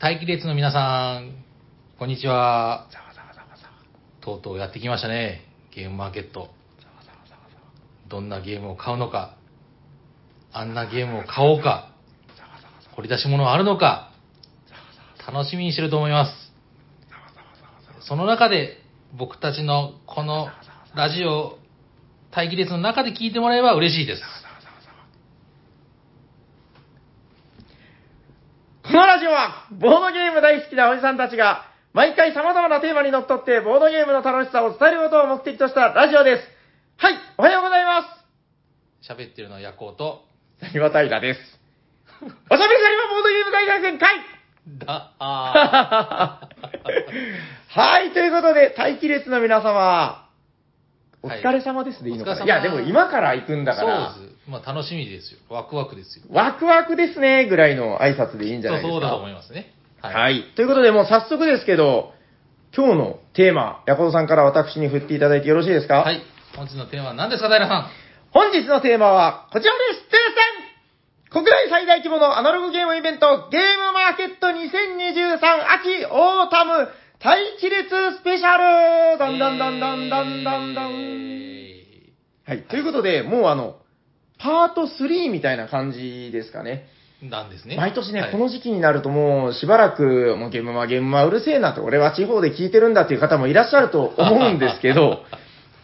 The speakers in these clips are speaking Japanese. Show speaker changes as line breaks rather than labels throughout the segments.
待機列の皆さん、こんにちは。とうとうやってきましたね。ゲームマーケット。どんなゲームを買うのか。あんなゲームを買おうか。掘り出し物はあるのか。楽しみにしてると思います。その中で、僕たちのこのラジオ、待機列の中で聞いてもらえば嬉しいです。
このラジオは、ボードゲーム大好きなおじさんたちが、毎回様々なテーマにのっとって、ボードゲームの楽しさを伝えることを目的としたラジオです。はい、おはようございま
喋ってるのは夜行と、
す。なにわたいらです。おしゃべりさりまボードゲーム大作戦会
だ、あ
はい、ということで、待機列の皆様、お疲れ様ですでいいのかな、、
はいい
や、でも今から行くん
ー
だから、
そうです。まあ楽しみですよ。ワクワクですよ。
ワクワクですね、ぐらいの挨拶でいいんじゃないです
そうそ
か。
うだと思いますね。
はい。ということで、もう早速ですけど、今日のテーマ、ヤコトさんから私に振っていただいてよろしいですか
はい。本日のテーマは何ですか、平さ
本日のテーマは、こちらですテレさん国内最大規模のアナログゲームイベント、ゲームマーケット2023秋オータム待機列スペシャル
ん。
だんだんだんだんだんだんだん。
え
はい。ということで、もうあの、パート3みたいな感じですかね。
ーなんですね。
毎年ね、
はい
この時期になるともうしばらく、もうゲームはゲームはうるせえなって、俺は地方で聞いてるんだっていう方もいらっしゃる と思うんですけど、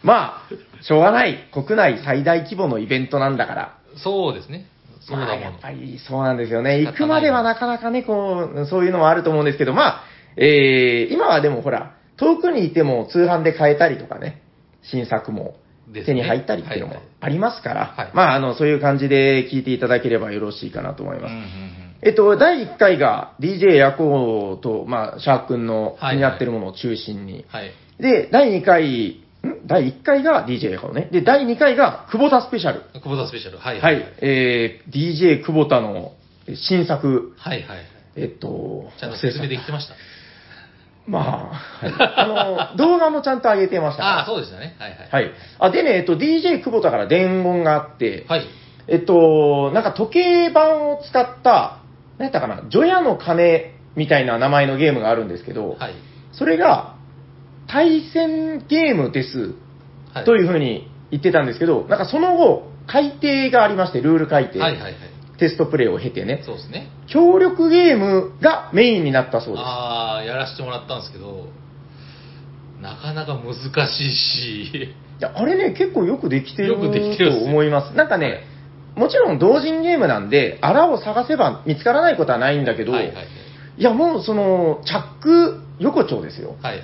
まあ、しょうがない。国内最大規模のイベントなんだから。
そうですね。そうだ
ま
も
あ、
の。
やっぱりそうなんですよね。
仕方ない
行くまではなかなかね、こう、そういうのはあると思うんですけど、まあ、えー、今はでもほら、遠くにいても通販で買えたりとかね、新作も
です
手
ね
に入ったりっていうのも
はいはい
ありますから、
はい
まあ、あの、そういう感じで聞いていただければよろしいかなと思います。
うんうん
えっと、第1回が DJ 夜行と、まあ、シャーク君の気になってるものを中心
う
に。
ん。はい。
で、第2回、ん第1回が DJ 夜行ね。で、第2回が久保田スペシャル。
久保田スペシャル。はい。
はい。えー、DJ 久保田の新作、
はいはいはい。
えっと、
ちゃんと説明できてました。
まあ、はいあの、動画もちゃんと上げてました
ああー、
か
そうでしたね。はいはい。
ら。はい。あ、でね、えっと、DJ 久保田から伝言があって、
はい。
えっと、なんか時計盤を使った、何やったかな、ジョヤの鐘みたいな名前のゲームがあるんですけど、
はい。
それが、対戦ゲームです、
はい。
というふうに言ってたんですけど、なんかその後、改定がありまして、ルール改定、
はいはいはい。
テストプレイを経てね、
そうですね。
協力ゲームがメインになったそうです。
ああ、やらせてもらったんですけど、なかなか難しいし、
いやあれね、結構よくできてる
よくできてるっすよ
と思います。なんかね、
はい
もちろん同人ゲームなんで、あらを探せば見つからないことはないんだけど、
はい
い
はいはい。
やもうその、チャック横丁ですよ。
はいはい。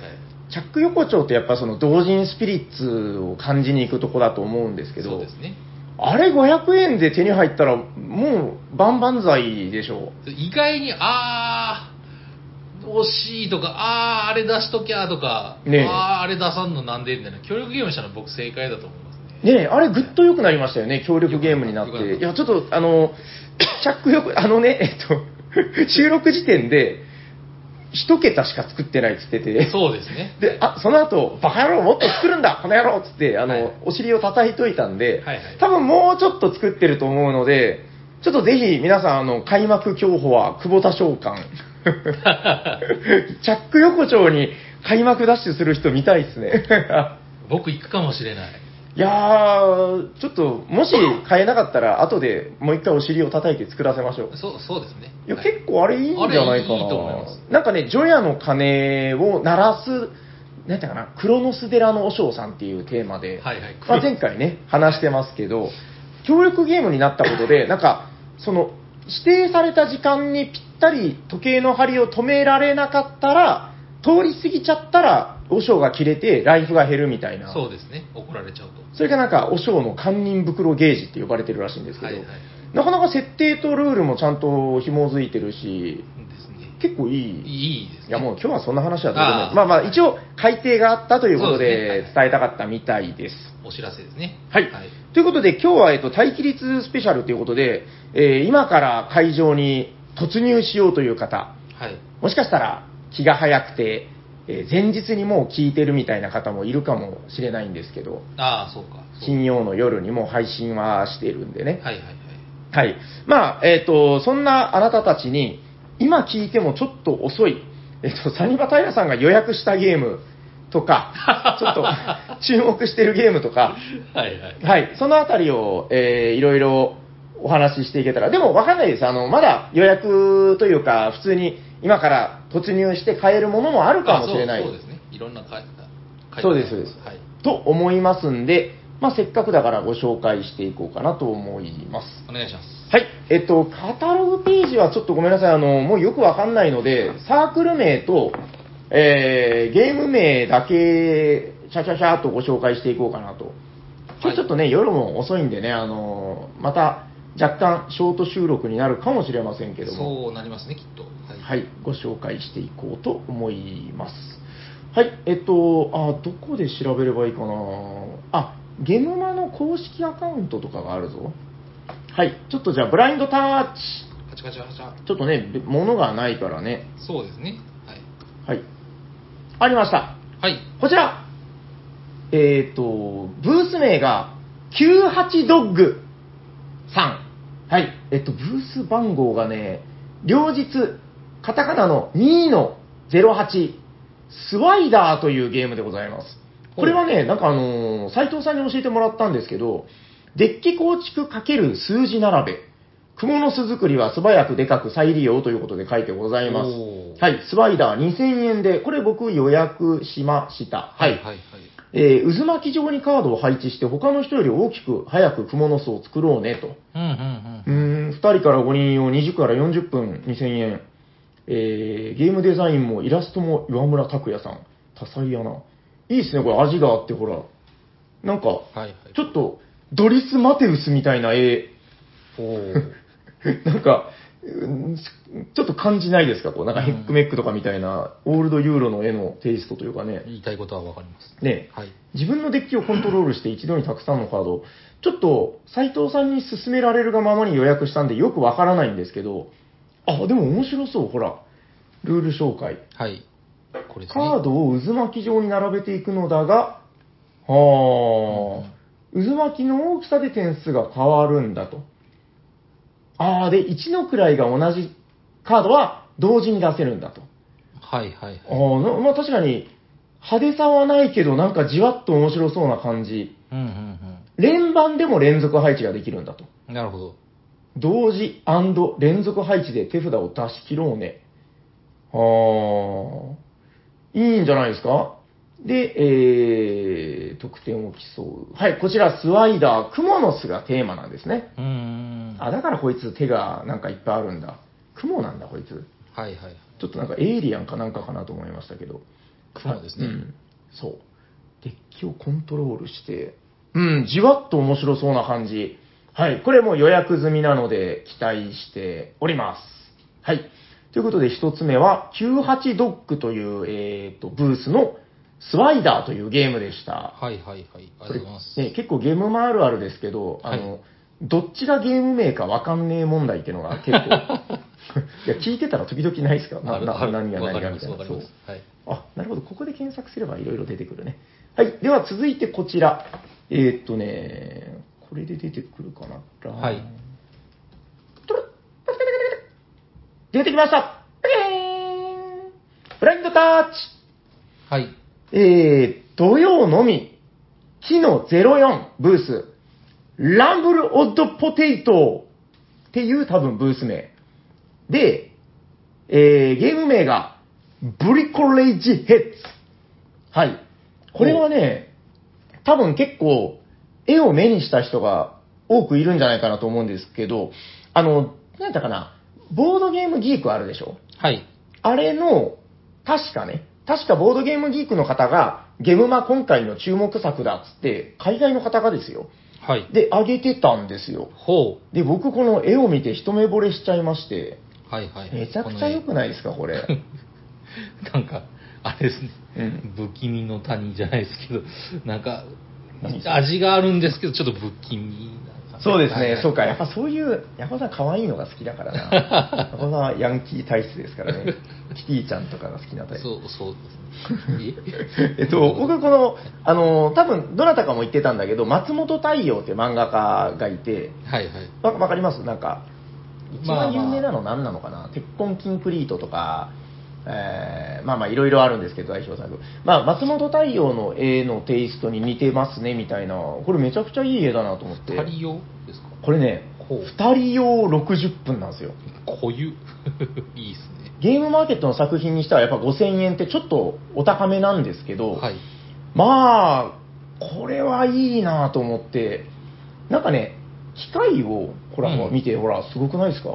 チャック横丁ってやっぱその同人スピリッツを感じに行くとこだと思うんですけ
そう
ど
で、すね。
あれ500円で手に入ったら、もう万々歳でしょ
意外に、あー、惜しいとか、あー、あれ出しときゃとか、
ねえ
あー、あれ出さんのなんでみたいな、協力ゲームしたの僕正解だと思いますね。
う。ねえあれぐっと良くなりましたよね、協力ゲームになって。
良くなった
いや、ちょっと、あの、 チャック横、あのね、えっと、 収録時点で、一桁しか作ってないっつってて。
そうですね。
で、あ、その後、バカ野郎もっと作るんだ、この野郎っつって、あの、
はい
お尻を叩いといたんで、
はいはい
多分もうちょっと作ってると思うので、ちょっとぜひ皆さん、あの、開幕競歩は久保田召喚。 チャック横丁に開幕ダッシュする人見たいっす ね。
僕行くかもしれない。
いやー、ちょっと、もし買えなかったら、後でもう一回お尻を叩いて作らせましょう。
そう、そうですね。
いや、
はい
結構あれいいんじゃないか
あれいいと思い
な
ま。す
なんかね、ジョヤの鐘を鳴らす、なんていうかな、クロノス寺の和尚さんっていうテーマで、
はいはい
まあ、前回ね、話してますけど、協力ゲームになったことで、なんか、その、指定された時間にぴったり時計の針を止められなかったら、通り過ぎちゃったら、和尚が切れて、ライフが減るみたいな。
そうですね。怒られちゃうと。
それがなんか、和尚の堪忍袋ゲージって呼ばれてるらしいんですけど、
はいはいはい
なかなか設定とルールもちゃんと紐づいてるし、
ですね。
結構いい。
いいですね。
いやもう今日はそんな話はどうでもい
あ
い。
ー
まあまあ一応改定があったということ
そう
で
ですね
伝えたかったみたいです。
お知らせですね。
はい。
はい。
ということで今日はえっと待機率スペシャルということで、えー今から会場に突入しようという方、
はい
もしかしたら気が早くて、えー前日にもう聞いてるみたいな方もいるかもしれないんですけど、
ああ、そうか。そう
金曜の夜にもう配信はしているんでね。
はいはいはい。
はい。まあ、えっ、と、そんなあなたたちに、今聞いてもちょっと遅い、えっと、サニバタイラさんが予約したゲーム とか、ちょっと注目してるゲームとか、
はいはい。
はい、そのあたりを、えーいろいろお話ししていけたら、でもわかんないです。あの、まだ予約というか、普通に今から突入して買えるものもあるかもしれな
あ
い
そうそうですね。いろんな回回
そうですそうです
はい。
と思いますんで、まあ、せっかくだからご紹介していこうかなと思います。
お願いします。
はい。えっと、カタログページはちょっとごめんなさい。あの、もうよくわかんないので、サークル名と、えー、ゲーム名だけ、シャシャシャっとご紹介していこうかなと。今日ちょっとね、夜も遅いんでね、あの、また若干ショート収録になるかもしれませんけども。
そうなりますね、きっと。。
はいい、ご紹介していこうと思います。はい、えっと、あ、どこで調べればいいかなあ、ゲムマの公式アカウントとかがあるぞ。はい、ちょっとじゃあ、ブラインドタッチ。
カチャカチャカチャ。
ちょっとね、物がないからね。
そうですね。はい。
はい。ありました。
はい。
こちら。えっ、と、ブース名が、98ドッグさん。はい。えっと、ブース番号がね、両日、カタカナの2の08、スワイダーというゲームでございます。これはね、なんかあのー斉藤さんに教えてもらったんですけど、デッキ構築×数字並べ。蜘蛛の巣作りは素早くでかく再利用ということで書いてございます
お。ー
はい、スワイダー2000円で、これ僕予約しました。はい。
はい。はい。
えー渦巻き状にカードを配置して、他の人より大きく早く蜘蛛の巣を作ろうねと。
うんうん
うーん、2人から5人用20から40分2000円。えーゲームデザインもイラストも岩村拓也さん。多彩やな。いいですね、これ味があって、ほら。なんか、
うん。はいはい。
ちょっと、ドリス・マテウスみたいな絵、
おー
なんか、うんちょっと感じないですかこう、なんかヘックメックとかみたいな、オールドユーロの絵のテイストというかね。
言いたいことはわかります。
ね、
はい。
自分のデッキをコントロールして一度にたくさんのカードを、ちょっと斉藤さんに勧められるがままに予約したんでよくわからないんですけど、あ、でも面白そう、ほら。ルール紹介。
はい。これですね。
カードを渦巻き状に並べていくのだが、はあ、渦巻きの大きさで点数が変わるんだと。ああ、で、1の位が同じカードは同時に出せるんだと。
はいはいは
あ
い。
あ、なまあ確かに、派手さはないけど、なんかじわっと面白そうな感じ。
うんうん
連番でも連続配置ができるんだと。
うん。なるほど。
同時連続配置で手札を出し切ろうね。ああ、いいんじゃないですかで、えー、得点を競う。はい、こちらスワイダー、クモの巣がテーマなんですね。
うーん。
あ、だからこいつ手がなんかいっぱいあるんだ。クモなんだこいつ。
はいはい。
ちょっとなんかエイリアンかなんかかなと思いましたけど。
雲ですね。
うん、そう。デッキをコントロールして、うん、じわっと面白そうな感じ。はい。これもう予約済みなので、期待しております。はい。ということで、一つ目は、98ドッグという、えっ、と、ブースの、スワイダーというゲームでした。
はいはいはい。ありがとうございます。
ね、結構ゲームもあるあるですけど、あの、
はい
どっちがゲーム名かわかんねえ問題っていうのが結構、 いや、聞いてたら時々ないですかな、な、
ある
何が
わか
何
りま
がみ
す
たい
わか
な。
り
そ
ま
う
す。はい。
あ、なるほど。ここで検索すればいろいろ出てくるね。はい。では続いてこちら。えーっとね、これで出てくるかな。
はい
トロッ。出てきました。ペケーンブラインドタッチ。
はい。
えー、土曜のみ、木の04ブース、ランブルオッドポテイトっていう多分ブース名。で、えー、ゲーム名が、ブリコレージヘッズ。はい。これはね、多分結構、絵を目にした人が多くいるんじゃないかなと思うんですけど、あの、なんだかな、ボードゲームギークあるでしょ
はい。
あれの、確かね、確かボードゲームギークの方が、ゲムマ今回の注目作だっつって、海外の方がですよ。
はい。
で、上げてたんですよ。
ほ
で、僕この絵を見て一目惚れしちゃいまして、
う。はいはい。
めちゃくちゃ良くないですか、これ。
なんか、あれですね、
うん
不気味の谷じゃないですけど、なんか
何です、か
味があるんですけど、ちょっと不気味な
そうです
はいは
ね、
い
そうか、やっぱそういう、ヤコさん可愛いのが好きだから な。ヤコさんはヤンキー体質ですから ね。キティちゃんとかが好きなタイプ。。
そう、そうですね
えっと、僕この、あの、多分どなたかも言ってたんだけど、松本太陽って漫画家がいて、
はいはい。
わわかりますなんか、一番有名なの何なのかな、鉄痕キンクリートとか、えーまあまあいろいろあるんですけど、代表作。まあ、松本太陽の絵のテイストに似てますね、みたいな。これめちゃくちゃいい絵だなと思って。
足りようですか
これね、
ほう
2人用60分なんですよ。
こゆ いいっすね
ゲームマーケットの作品にしてはやっぱ5000円ってちょっとお高めなんですけど、
はい
まあ、これはいいなと思って、なんかね、機械を、ほら、
うん
見て、ほら、すごくないですか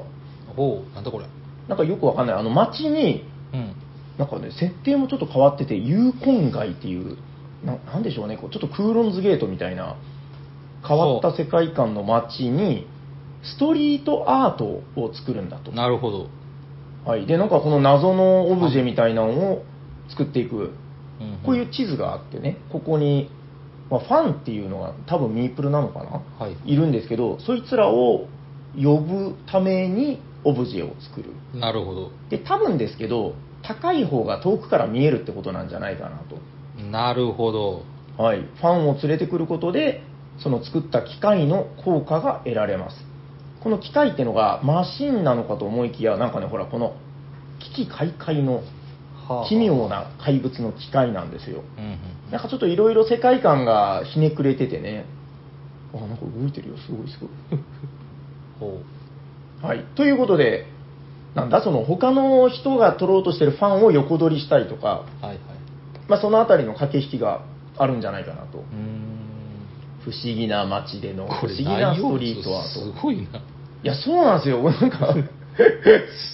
おうなんだこれ
なんかよくわかんない、あの街に、
うん
なんかね、設定もちょっと変わってて、有根街っていう、ななんでしょうね、こうちょっとクーロンズゲートみたいな、変わった世界観の街に、ストリートアートを作るんだと。
なるほど
はい、で、なんかこの謎のオブジェみたいなのを作っていく。
んん
こういう地図があってね、ここに、まあ、ファンっていうのが多分ミープルなのかな、
はい
い、るんですけど、そいつらを呼ぶためにオブジェを作る。
なるほど
で、多分ですけど、高い方が遠くから見えるってことなんじゃないかな
なるほど
と。はい。ファンを連れてくることで、その作った機械の効果が得られます。この機械ってのがマシンなのかと思いきや、なんかね、ほら、この、危機開会の奇妙な怪物の機械なんですよ。
うんうん
なんかちょっといろいろ世界観がひねくれててね、あ、なんか動いてるよ、すごいすごい。
ほ
はい、 ということで、なんだ、その他の人が取ろうとしてるファンを横取りしたりとか、
うはいはい
まあ、そのあたりの駆け引きがあるんじゃないかなと。
うーん
不思議な街での不
こ
思
れ
議な
内
ス
容
ト
物
リートアート。
すごいない
や、そうなんですよ、なんか、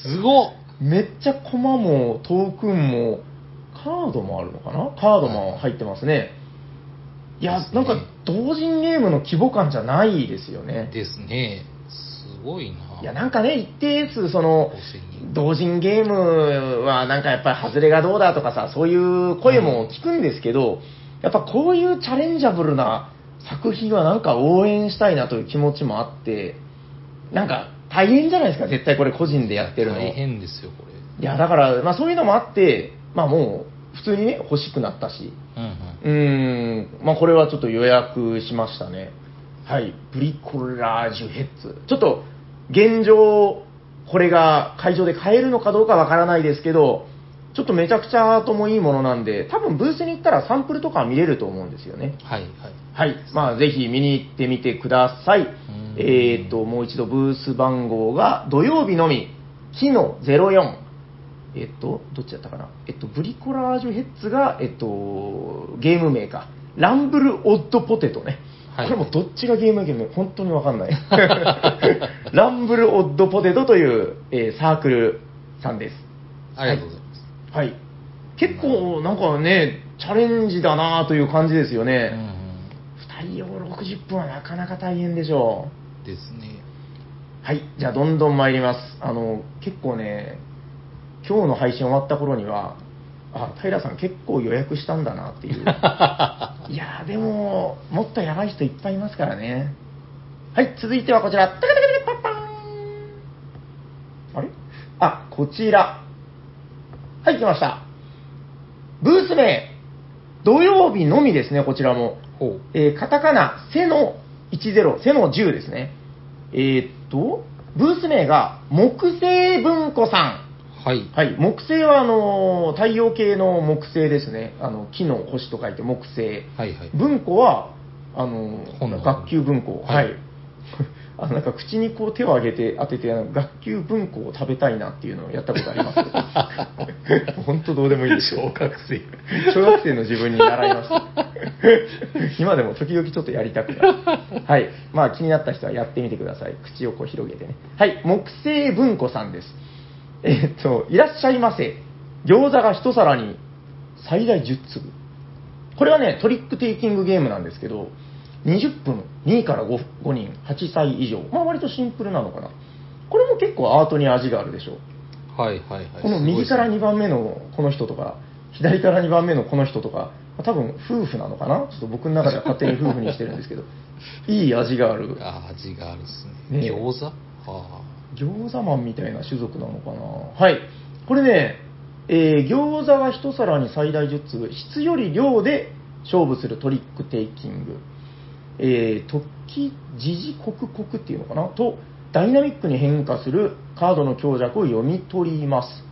すごっ
めっちゃコマもトークンも、カードもあるのかなカードも入ってますね。いや
で、す
な
ね
んか同人ゲームの規模感じゃないですよね。
ですねすごいない
や、なんかね、一定数、その
5000、人
同人ゲームはなんかやっぱり外れがどうだとかさ、そういう声も聞くんですけど、やっぱこういうチャレンジャブルな作品はなんか応援したいなという気持ちもあって、なんか大変じゃないですか、絶対これ個人でやってるの。
大変ですよこれ
いや、だから、まあそういうのもあって、まあもう、普通にね、欲しくなったし、
うんうん
うーん、まあこれはちょっと予約しましたね。はい、ブリコラージュヘッズ。ちょっと、現状、これが会場で買えるのかどうかわからないですけど、ちょっとめちゃくちゃアートもいいものなんで、多分ブースに行ったらサンプルとかは見れると思うんですよね。
はいはい
はい、まあぜひ見に行ってみてください。
ん
えーっと、もう一度ブース番号が土曜日のみ、木の04。えっと、どっちだったかなえっと、ブリコラージュヘッズが、えっと、ゲーム名か。ランブルオッドポテトね。
はい
これもどっちがゲームゲーム本当にわかんない。 ランブルオッドポテトという、えーサークルさんです。
ありがとうございます、
はい。結構、なんかね、チャレンジだなという感じですよね。
うん
2人用60分はなかなか大変でしょ
うんです ね
うはいじゃあどんどん参りますあの結構ね今日の配信終わった頃にはあ平さん結構予約したんだなっていういやーでももっとやばい人いっぱいいますからねはい続いてはこちらタカタカタカパッパーンあれあこちらはい来ましたブース名土曜日のみですねこちらも
ほ
えーカタカナ、セの10、セの10ですね。えーっと、ブース名が、木星文庫さ
うはい
ん。はい、木星は、あのー太陽系の木星ですね。あの、木の星と書いて木星。
はいはい
文庫は、あのー
本の
学級文庫。は
はい
い。 あのなんか口にこう手を上げて当てて、あの学級文庫を食べたいなっていうのをやったことあります。 本当どうでもいいでしょう。
学生
小学生の自分に習いました 今でも時々ちょっとやりたくなるはいまあ気になった人はやってみてください口をこう広げてねはい木星文庫さんですえーっと「いらっしゃいませ餃子が一皿に最大10粒」これはねトリックテイキングゲームなんですけど20分2から 5, 5人8歳以上まあ割とシンプルなのかなこれも結構アートに味があるでしょう
はいはいはい
この右から2
に
番目のこの人とか、左から2番目のこの人とか、多分夫婦なのかなちょっと僕の中では勝手に夫婦にしてるんで すけど、いい味がある。
あ味があるっすね
ねえ
餃子はあ
餃子マンみたいな種族なのかなはい。これね、えー餃子が一皿に最大10粒、質より量で勝負するトリックテイキング。えー、突起、時事刻刻っていうのかなと、ダイナミックに変化するカードの強弱を読み取ります。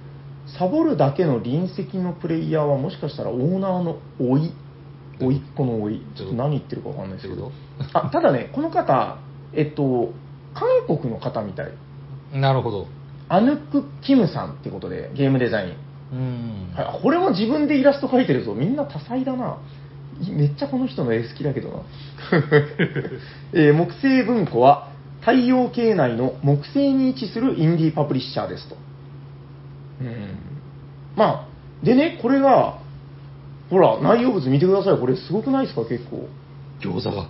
サボるだけの臨席のプレイヤーはもしかしたらオーナーの老い、
どう
老
いう
いっ子の老い、ち
ど
ょ
ういうこと
っと何言ってるかわかんないですけ
どう
ど
い、
あただね、この方、えっと、韓国の方みたい、
なるほど。
アヌク・キムさんってことで、ゲームデザイン。
うん。
あこれも自分でイラスト描いてるぞ。みんな多彩だな。いめっちゃこの人の絵好きだけど な。えー木星文庫は太陽系内の木星に位置するインディーパブリッシャーですと。うん。まあ、でね、これが、ほら、内容物見てください。これすごくないですか、結構。
餃子が。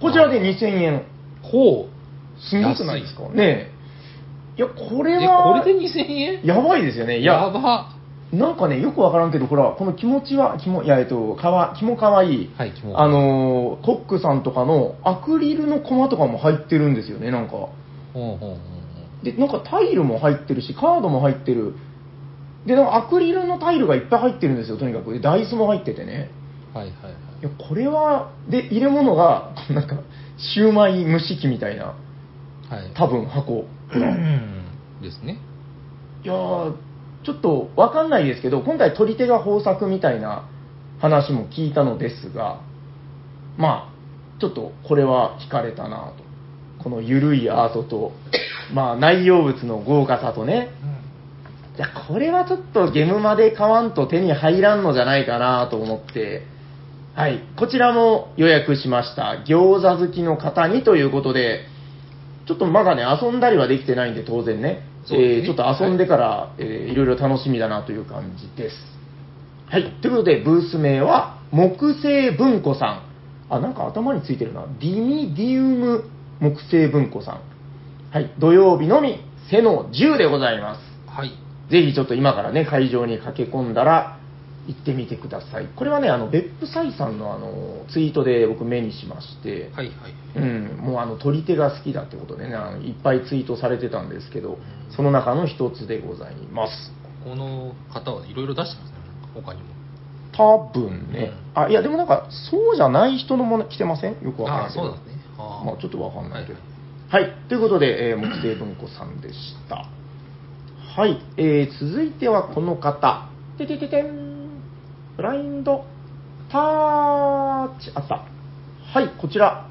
こちらで2000円。
ほ
すごくないですかねえ。いや、こ
う。
れ
え、
は、
これで2000円
やばいですよね。いや、
やば。
なんかね、よくわからんけど、ほら、この気持ちは、気も、いや、えっと、かわ、気もかわいい。
はい、キモ
あ、のーコックさんとかのアクリルのコマとかも入ってるんですよね、なんか。
ほうほうほうほ
で、なんかタイルも入ってるし、カードも入ってる。で、なんかアクリルのタイルがいっぱい入ってるんですよ、とにかく。で、ダイスも入っててね。
う。はいはいはい。
いや、これは、で、入れ物が、なんか、シューマイ蒸し器みたいな、
はい。
多分箱。
うんですね。
いやーちょっとわかんないですけど、今回取り手が豊作みたいな話も聞いたのですが、まあ、ちょっとこれは惹かれたなと。この緩いアートと、まあ内容物の豪華さとね。いや、これはちょっとゲムまで買わんと手に入らんのじゃないかなと思って、はい、こちらも予約しました。餃子好きの方にということで、ちょっとまだね、遊んだりはできてないんで、当然ね。
そうですね
えーちょっと遊んでから、い、えーいろいろ楽しみだなという感じです。はい、ということで、ブース名は、木星文庫さん。あ、なんか頭についてるな。ディミディウム木星文庫さん。はい、土曜日のみ、背の10でございます。
はい。
ぜひちょっと今からね、会場に駆け込んだら、行ってみてください。これはね、あの、別府斎さんのあの、ツイートで僕目にしまして、
はいはい。
うん、もうあの、取り手が好きだってことでね、あのいっぱいツイートされてたんですけど、その中の一つでございます。
この方はいろいろ出してますね。なんか他にも。
多分ね、あ、いや、でもなんか、そうじゃない人のもの来てませんよくわから
ああ、
ないけど。
そうなんですね。あ
まあ、ちょっとわかんないけど
は。
はい、ということで、えー木星文庫さんでした。はい、えー続いてはこの方。ててててん。ブラインドタッチ。あった。はい、こちら。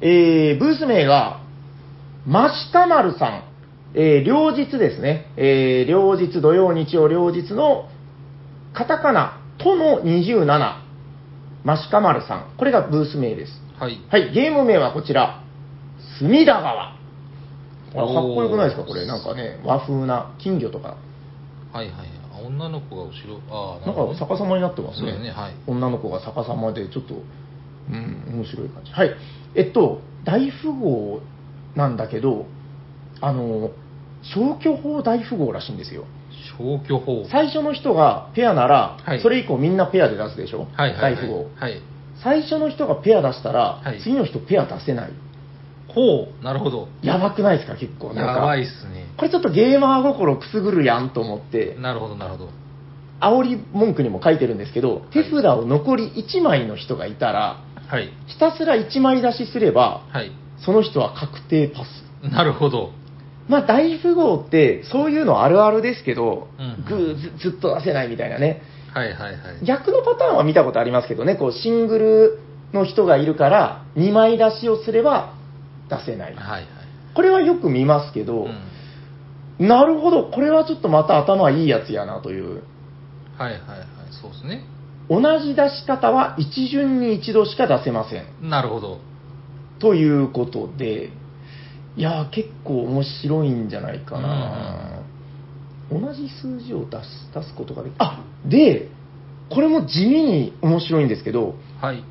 えーブース名が、真下丸さん。えー両日ですね。えー両日、土曜、日曜、両日の、カタカナ、との27。真下丸さん。これがブース名です。
はい。
はい、ゲーム名はこちら、隅田川。あかっ
おー
こよくないですか、これ。なんかね、和風な金魚とか、
はいはい。あ女の子が後ろ、ああ、
なんか逆さまになってます
そう
ね。
だねはい
女の子が逆さまで、ちょっと、うん、面白い感じ。はい。えっと、大富豪なんだけど、あの、消去法大富豪らしいんですよ。
消去法。
最初の人がペアなら、
はい
それ以降みんなペアで出すでしょ、
はいはいはい。
大富豪。
はい。
最初の人がペア出したら、
はい
次の人ペア出せない。
ほう、なるほど。
やばくないですか、結構。なんか
やばいっすね。
これちょっとゲーマー心くすぐるやんと思って、
なるほどなるほど。
煽り文句にも書いてるんですけど、手札を残り1枚の人がいたら、
はい。
ひたすら1枚出しすれば、
はい。
その人は確定パス。
なるほど。
まあ大富豪ってそういうのあるあるですけど
うん、
グーずずっと出せないみたいなね。
はいはいはい。
逆のパターンは見たことありますけどね、こうシングルの人がいるから、2枚出しをすれば出せない。
はいはい。
これはよく見ますけど、
うん
なるほど、これはちょっとまた頭いいやつやなという。
はいはいはい。そうですね。
同じ出し方は一巡に一度しか出せません。
なるほど。
ということで、いやー、結構面白いんじゃないかな。同じ数字を出す出すことができあで、これも地味に面白いんですけど、
はい。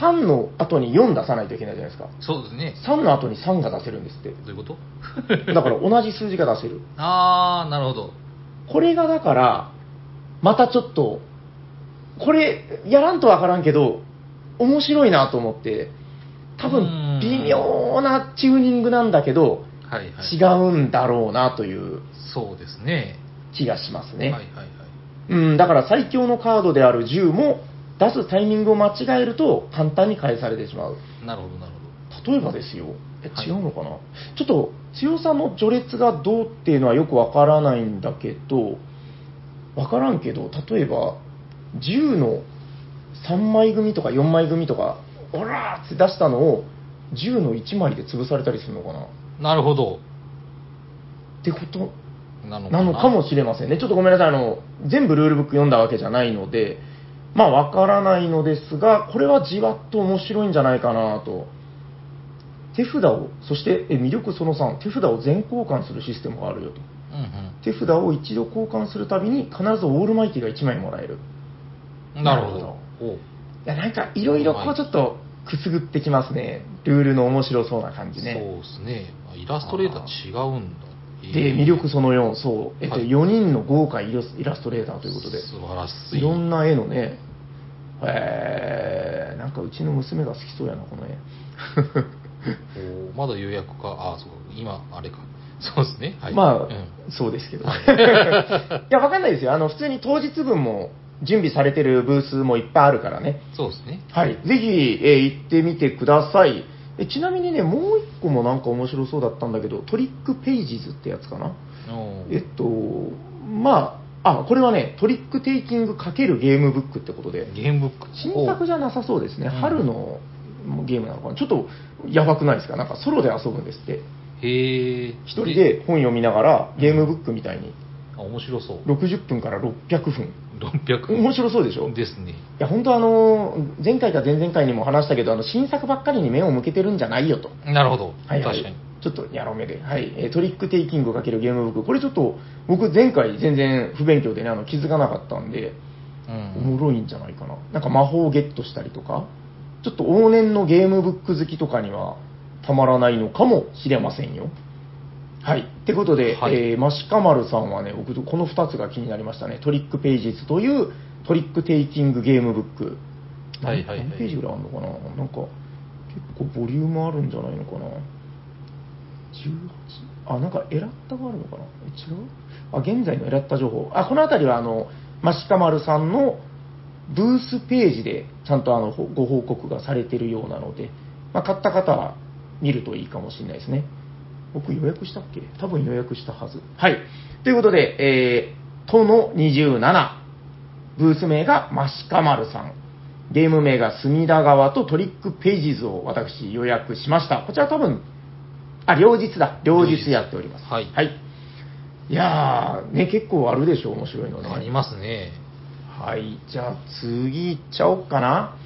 3の後に4出さないといけないじゃないですか。
そうですね。
3の後に3が出せるんですって。
どういうこと
だから同じ数字が出せる。
あー、なるほど。
これがだから、またちょっと、これ、やらんとわからんけど、面白いなと思って、多
う
分
ん、
微妙なチューニングなんだけど、
はいはい。
違うんだろうなという
そうですね。
気がしますね。
はいはいはい。
うん、だから最強のカードである10も、出すタイミングを間違えると簡単に返されてしまう。
なるほどなるほ
例えばですよ、え
はい
違うのかな、ちょっと強さの序列がどうっていうのはよくわからないんだけどわからんけど例えば10の3枚組とか4枚組とかオラーって出したのを10の1枚で潰されたりするのかなっ
なるほど。
てこと
なのか
な
な。
のかもしれませんね。ちょっとごめんなさい。あの、全部ルールブック読んだわけじゃないので、まあわからないのですが、これはじわっと面白いんじゃないかなと。手札を、そして、え魅力その3、手札を全交換するシステムがあるよと。
うん
手札を一度交換するたびに、必ずオールマイティが1枚もらえる。
うん。なるほ
なる
ど。おう
いや、なんかいろいろこうちょっとくすぐってきますね。ルールの面白そうな感
そう
じね。
ですね。あイラストレーター違うんだ。
で、魅力その4、そう、えっと、
はい
4人の豪華イラスイラストレーターということで。
素晴らしい。
いろんな絵のね、えー、なんかうちの娘が好きそうやな、この絵。
おうまだ予約か。ああ、そうか。今、あれか。そうですね。はい。
まあ、
うん
そうですけど。い や、わかんないですよ。あの、普通に当日分も準備されてるブースもいっぱいあるからね。
そうですね。
はい。ぜひ、えー行ってみてください。えちなみにね、もう一個もなんか面白そうだったんだけど、トリックペイジズってやつかな。
おう
えっと、まあ、あ、これはね、トリックテイキング×ゲームブックってことで。
ゲームブック。
新作じゃなさそうですね、
うん
春のゲームなのかな、ちょっとやばくないですか、なんかソロで遊ぶんですって、
へえ。
一人で本読みながら、ゲームブックみたいに、
あ。面白そう。
60分から600分、
600。
面白そうでしょ、い
ですね。
や本当、あの前回か前々回にも話したけど、あの新作ばっかりに目を向けてるんじゃないよと、
なるほど。
はいはい
確かに。
ちょっとやろうめで、はいえートリックテイキングかけるゲームブック、これちょっと僕、前回、全然不勉強でね、あの気づかなかったんで。
う
お
ん。
もろいんじゃないかな。なんか魔法をゲットしたりとか、ちょっと往年のゲームブック好きとかにはたまらないのかもしれませんよ。はい。ってことで、
はい
えーマシカマルさんはね、僕、この2つが気になりましたね。トリックページズというトリックテイキングゲームブック。
はいはいはい
何ページぐらいあるのかななんか、結構ボリュームあるんじゃないのかな 18? あ、なんかエラッタがあるのかなえ違うあ、現在のエラッタ情報。あ、この辺りは、あの、マシカマルさんのブースページで、ちゃんとあのほご報告がされてるようなので、まあ、買った方は見るといいかもしれないですね。僕予約したっけ多分予約したはず。はい。ということで、えー、との27。ブース名がマシカマルさん。ゲーム名が隅田川とトリックページズを私予約しました。こちら多分、あ、両日だ。両日やっております。
はい
はい。いやー、ね、結構あるでしょ、面白いのね。
ありますね。
はい、じゃあ次行っちゃおうかな。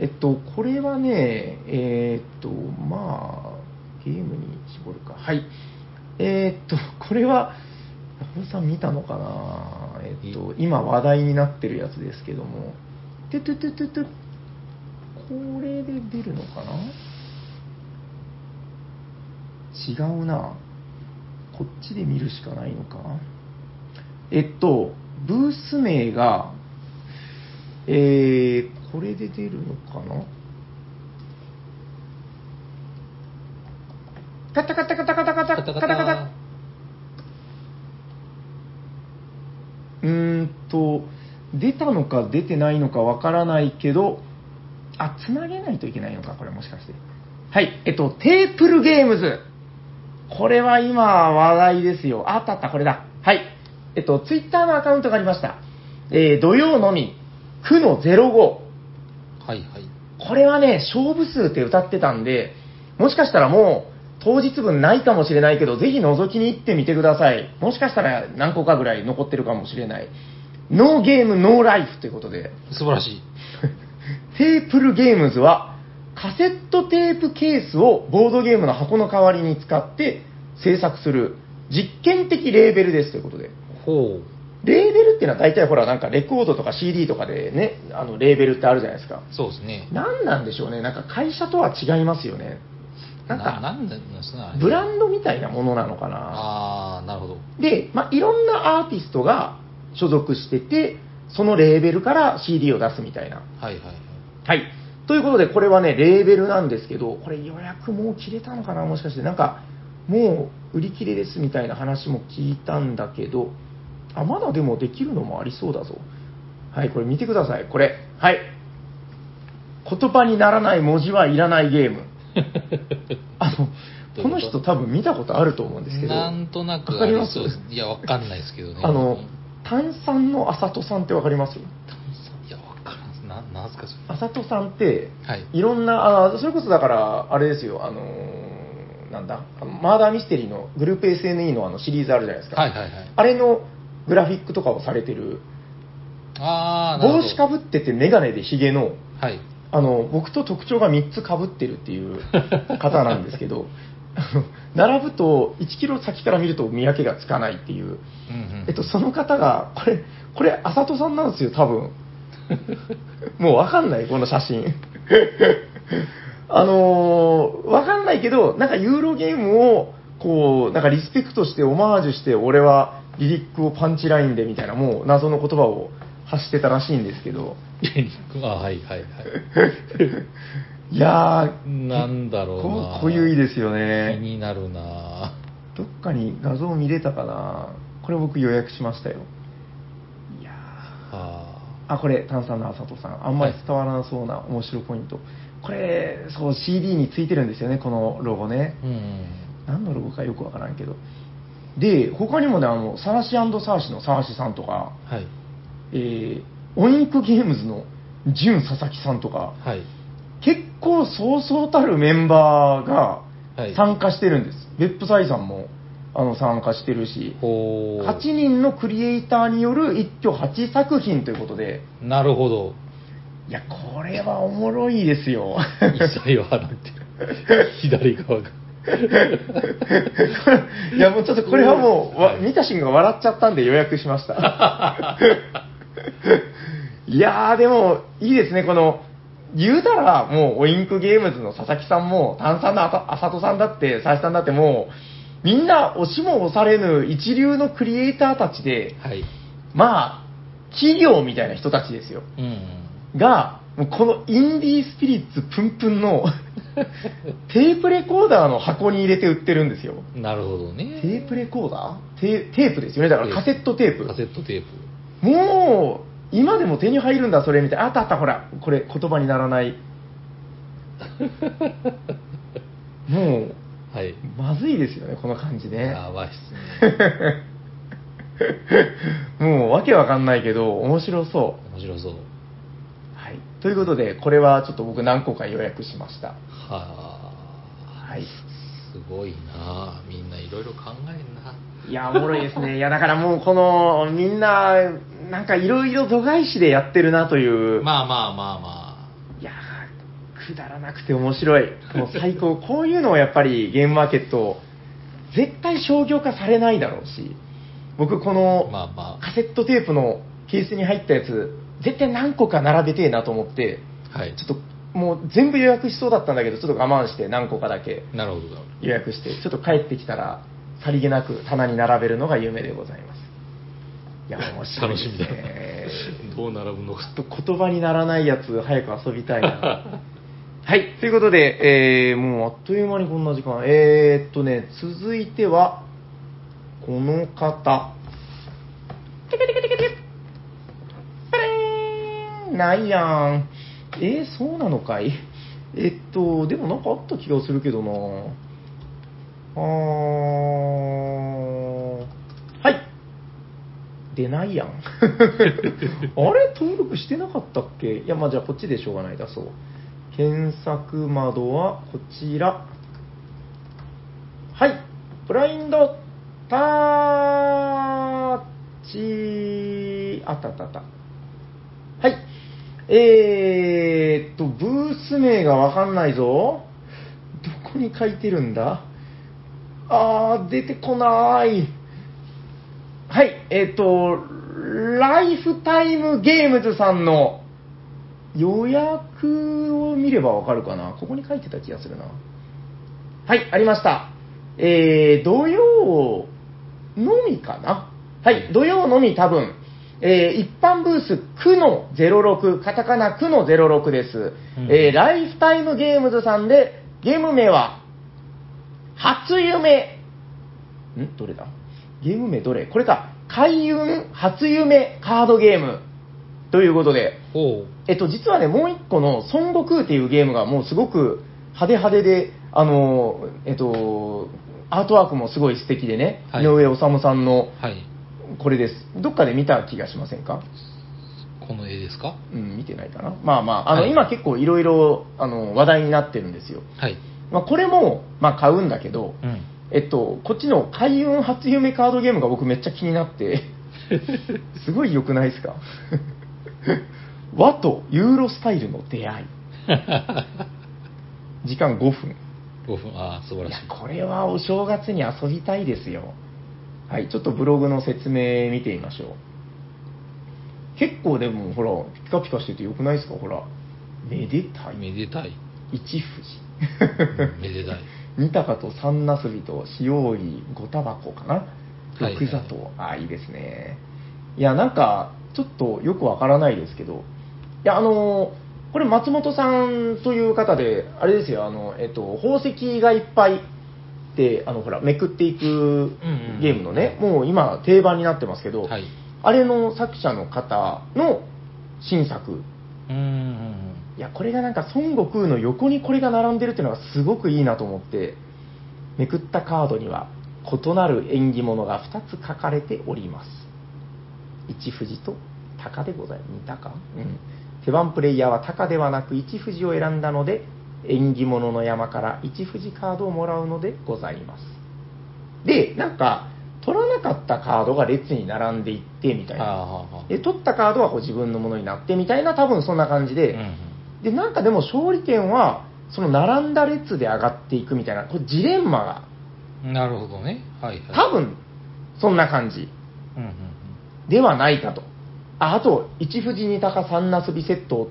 えっと、これはね、えーっと、まあ、ゲームに絞るか。はい。えーっと、 これは、ラブさん見たのかなえっと、今話題になってるやつですけども、ててててて、これで出るのかな違うな。こっちで見るしかないのか。えっと、ブース名が、えー、これで出るのかなカタカタカタカタカタカタカタうーんと、出たのか出てないのかわからないけど、あ、つなげないといけないのか、これもしかして。はい、えっと、テープルゲームズ。これは今話題ですよ。あったあった、これだ。はい。えっと、ツイッターのアカウントがありました。えー、土曜のみ、9の05。
はいはい。
これはね、勝負数って歌ってたんで、もしかしたらもう、当日分ないかもしれないけど、ぜひ覗きに行ってみてください。もしかしたら何個かぐらい残ってるかもしれない。ノーゲーム、ノーライフということで、
素晴らしい。
テープルゲームズは、カセットテープケースをボードゲームの箱の代わりに使って制作する実験的レーベルですということで。
ほう。
レーベルっていうのは大体ほら、なんかレコードとか CD とかでね、あのレーベルってあるじゃないですか。
そうですね。
何なんでしょうね、なんか会社とは違いますよね。なん
な
か、
んなんですかねあれ
ブランドみたいなものなのかな。
ああ、なるほど。
で、まあ、いろんなアーティストが所属してて、そのレーベルから CD を出すみたいな。
はいはいはい。
はい。ということで、これはね、レーベルなんですけど、これ予約もう切れたのかな、もしかして。なんか、もう売り切れですみたいな話も聞いたんだけど、あ、まだでもできるのもありそうだぞ。はい、これ見てください、これ。はい。言葉にならない文字はいらないゲーム。あ
どういうこと
の、この人多分見たことあると思うんですけど、
なんとなく
わかります
ありそういや、わかんないですけどね。
あの、炭酸のあさとさんってわかります
いや、わからんす。な、なんすか、そ
あさとさんって、
れ。はい。
いろんな、あそれこそだから、あれですよ、あのーなんだ、あのマーダーミステリーのグループ SNE のあのシリーズあるじゃないですか。
はいはいはい。
あれのグラフィックとかをされてる、
あー、なる
帽
ほど
子かぶっててメガネでヒゲの、
はい。
あの、僕と特徴が3つかぶってるっていう方なんですけど、 あの並ぶと1キロ先から見ると見分けがつかないっていう、
うんうん。
えっと、その方が、これ、これ、あさとさんなんですよ、多 分。もうわかんない、この写真。あのーわかんないけど、なんかユーロゲームを、こう、なんかリスペクトして、オマージュして、俺はリリックをパンチラインでみたいな、もう謎の言葉を発してたらしいんですけど、
あはいはいはい。
いや
なんだろ
ー、
う
こ
な。
濃ゆいですよ
気
ね。
になるな
どっかに画像見れたかなこれ僕予約しましたよ。いやー。
あ
あこれ炭酸のあさとさんあんまり伝わらなそうな面白ポイント、これそう CD についてるんですよねこのロゴね
ー。うん。
何のロゴかよくわからんけどで他にもねあのサーシサーシのサーシさんとか、
はい。
えー、オインクゲームズのジュン佐々木さんとか
はい。
結構そうそうたるメンバーが
はい。
参加してるんです、別府財さんもあの参加してるし
ほ
8
ー。
人のクリエイターによる一挙8作品ということで
なるほ ど。
いや、これはおもろいですよ。
一切はなってる。左側が。
いや、もうちょっとこれはもう、わ
はい
見た瞬間笑っちゃったんで予約しました。 いやー、でも、いいですね、この、言うたら、もう、オインクゲームズの佐々木さんも、炭酸のあたあさとさんだって、佐々木さんだってもう、みんな押しも押されぬ一流のクリエイターたちで、
はい。
まあ、企業みたいな人たちですよ。
うん。
が、もうこのインディースピリッツプンプン のテープレコーダーの箱に入れて売ってるんですよ。
なるほどね。
テープレコーダーテテープですよね。だからカセットテープ。
カセットテープ。
もう、今でも手に入るんだ、それみたいな。あったあった、ほら、これ言葉にならない。もう、
はい。
まずいですよね、この感じね。
やばいっすね。
もう、わけわかんないけど、面白そ
面白そう。
う。はい。ということで、これはちょっと僕何個か予約しました。
はあ。
はい。
すごいなあみんないろいろ考えんな。
いや、おもろいですね。いや、だからもうこの、みんな、なんかいろいろ度外視でやってるなという。
まあまあまあま
いやー、くだらなくて面白い。もう 最高。こういうのをやっぱりゲームマーケット、絶対商業化されないだろうし。僕この、
あ。まあま
カセットテープのケースに入ったやつ、絶対何個か並べてえなと思って、
あ。はい
ち。ょっともう全部予約しそうだったんだけど、ちょっと我慢して何個かだけ
なるほどなるほど。
予約して、ちょっと帰ってきたら、さりげなく棚に並べるのが夢でございます。いや、面白いですね。
どう並ぶのか。
ちょっと言葉にならないやつ、早く遊びたいな。はい、ということで、えーもうあっという間にこんな時間。えー、っとね、続いては、この方。テケテケテケテケパレーンないやん。えー、そうなのかいえっと、でもなんかあった気がするけどなあーはい。出ないやん。あれ登録してなかったっけいや、まあじゃあこっちでしょうがないだそう。検索窓はこちら。はい。ブラインドタッチ。あったあったあった。はい。えー、っと、ブース名がわかんないぞ。どこに書いてるんだあー、出てこない。はい、えっ、と、ライフタイムゲームズさんの予約を見ればわかるかな。ここに書いてた気がするな。はい、ありました。えー、土曜のみかな。はい、土曜のみ多分。えー一般ブース9の06、カタカナ9の06です。
うん
えーライフタイムゲームズさんで、ゲーム名は、初夢。んどれだゲーム名どれこれか。開運初夢カードゲーム。ということで、
おう。
えっと、実はね、もう一個の孫悟空っていうゲームがもうすごく派手派手で、あの、えっと、アートワークもすごい素敵でね、
はい
井上治さんの、
はい。
これです。どっかで見た気がしませんか
この絵ですか
うん、見てないかな。まあまあ、あの、
はい
今結構いろいろ、あの、話題になってるんですよ。
はい。
まあ、これも、まあ買うんだけど、
うん。
えっと、こっちの開運初夢カードゲームが僕めっちゃ気に なって、すごい良くないですか 和とユーロスタイルの出会い。時間5分。
5分、ああ、素晴
い
ら
や
しい。、
これはお正月に遊びたいですよ。はい、ちょっとブログの説明見てみましょう。結構でも、ほら、ピカピカしてて良くないですかほら。めでたい。
めで たい。
一富士。
うんめでたい。
二鷹と三なすびと塩織五タバコかな
はい
六座と、ああいいですねいやなんかちょっとよくわからないですけどいやあのーこれ松本さんという方であれですよあの、えっと、宝石がいっぱいってあのほらめくっていく
うんうん
ゲームのね、もう今定番になってますけど、
はい。
あれの作者の方の新作
うーん。
いやこれがなんか孫悟空の横にこれが並んでるっていうのがすごくいいなと思ってめくったカードには異なる縁起物が2つ書かれております一富士と鷹でございます二鷹うん手番プレイヤーは鷹ではなく一富士を選んだので縁起物の山から一富士カードをもらうのでございますでなんか取らなかったカードが列に並んでいってみたい
あ
な
あはあはあ
で取ったカードはこう自分のものになってみたいな多分そんな感じで、
うん
でなんかでも勝利点はその並んだ列で上がっていくみたいなこれジレンマが
うんなるほどね。はいはい。
多分そんな感じ
うんうん
ではないかとああと一富士二鷹三なすびセットを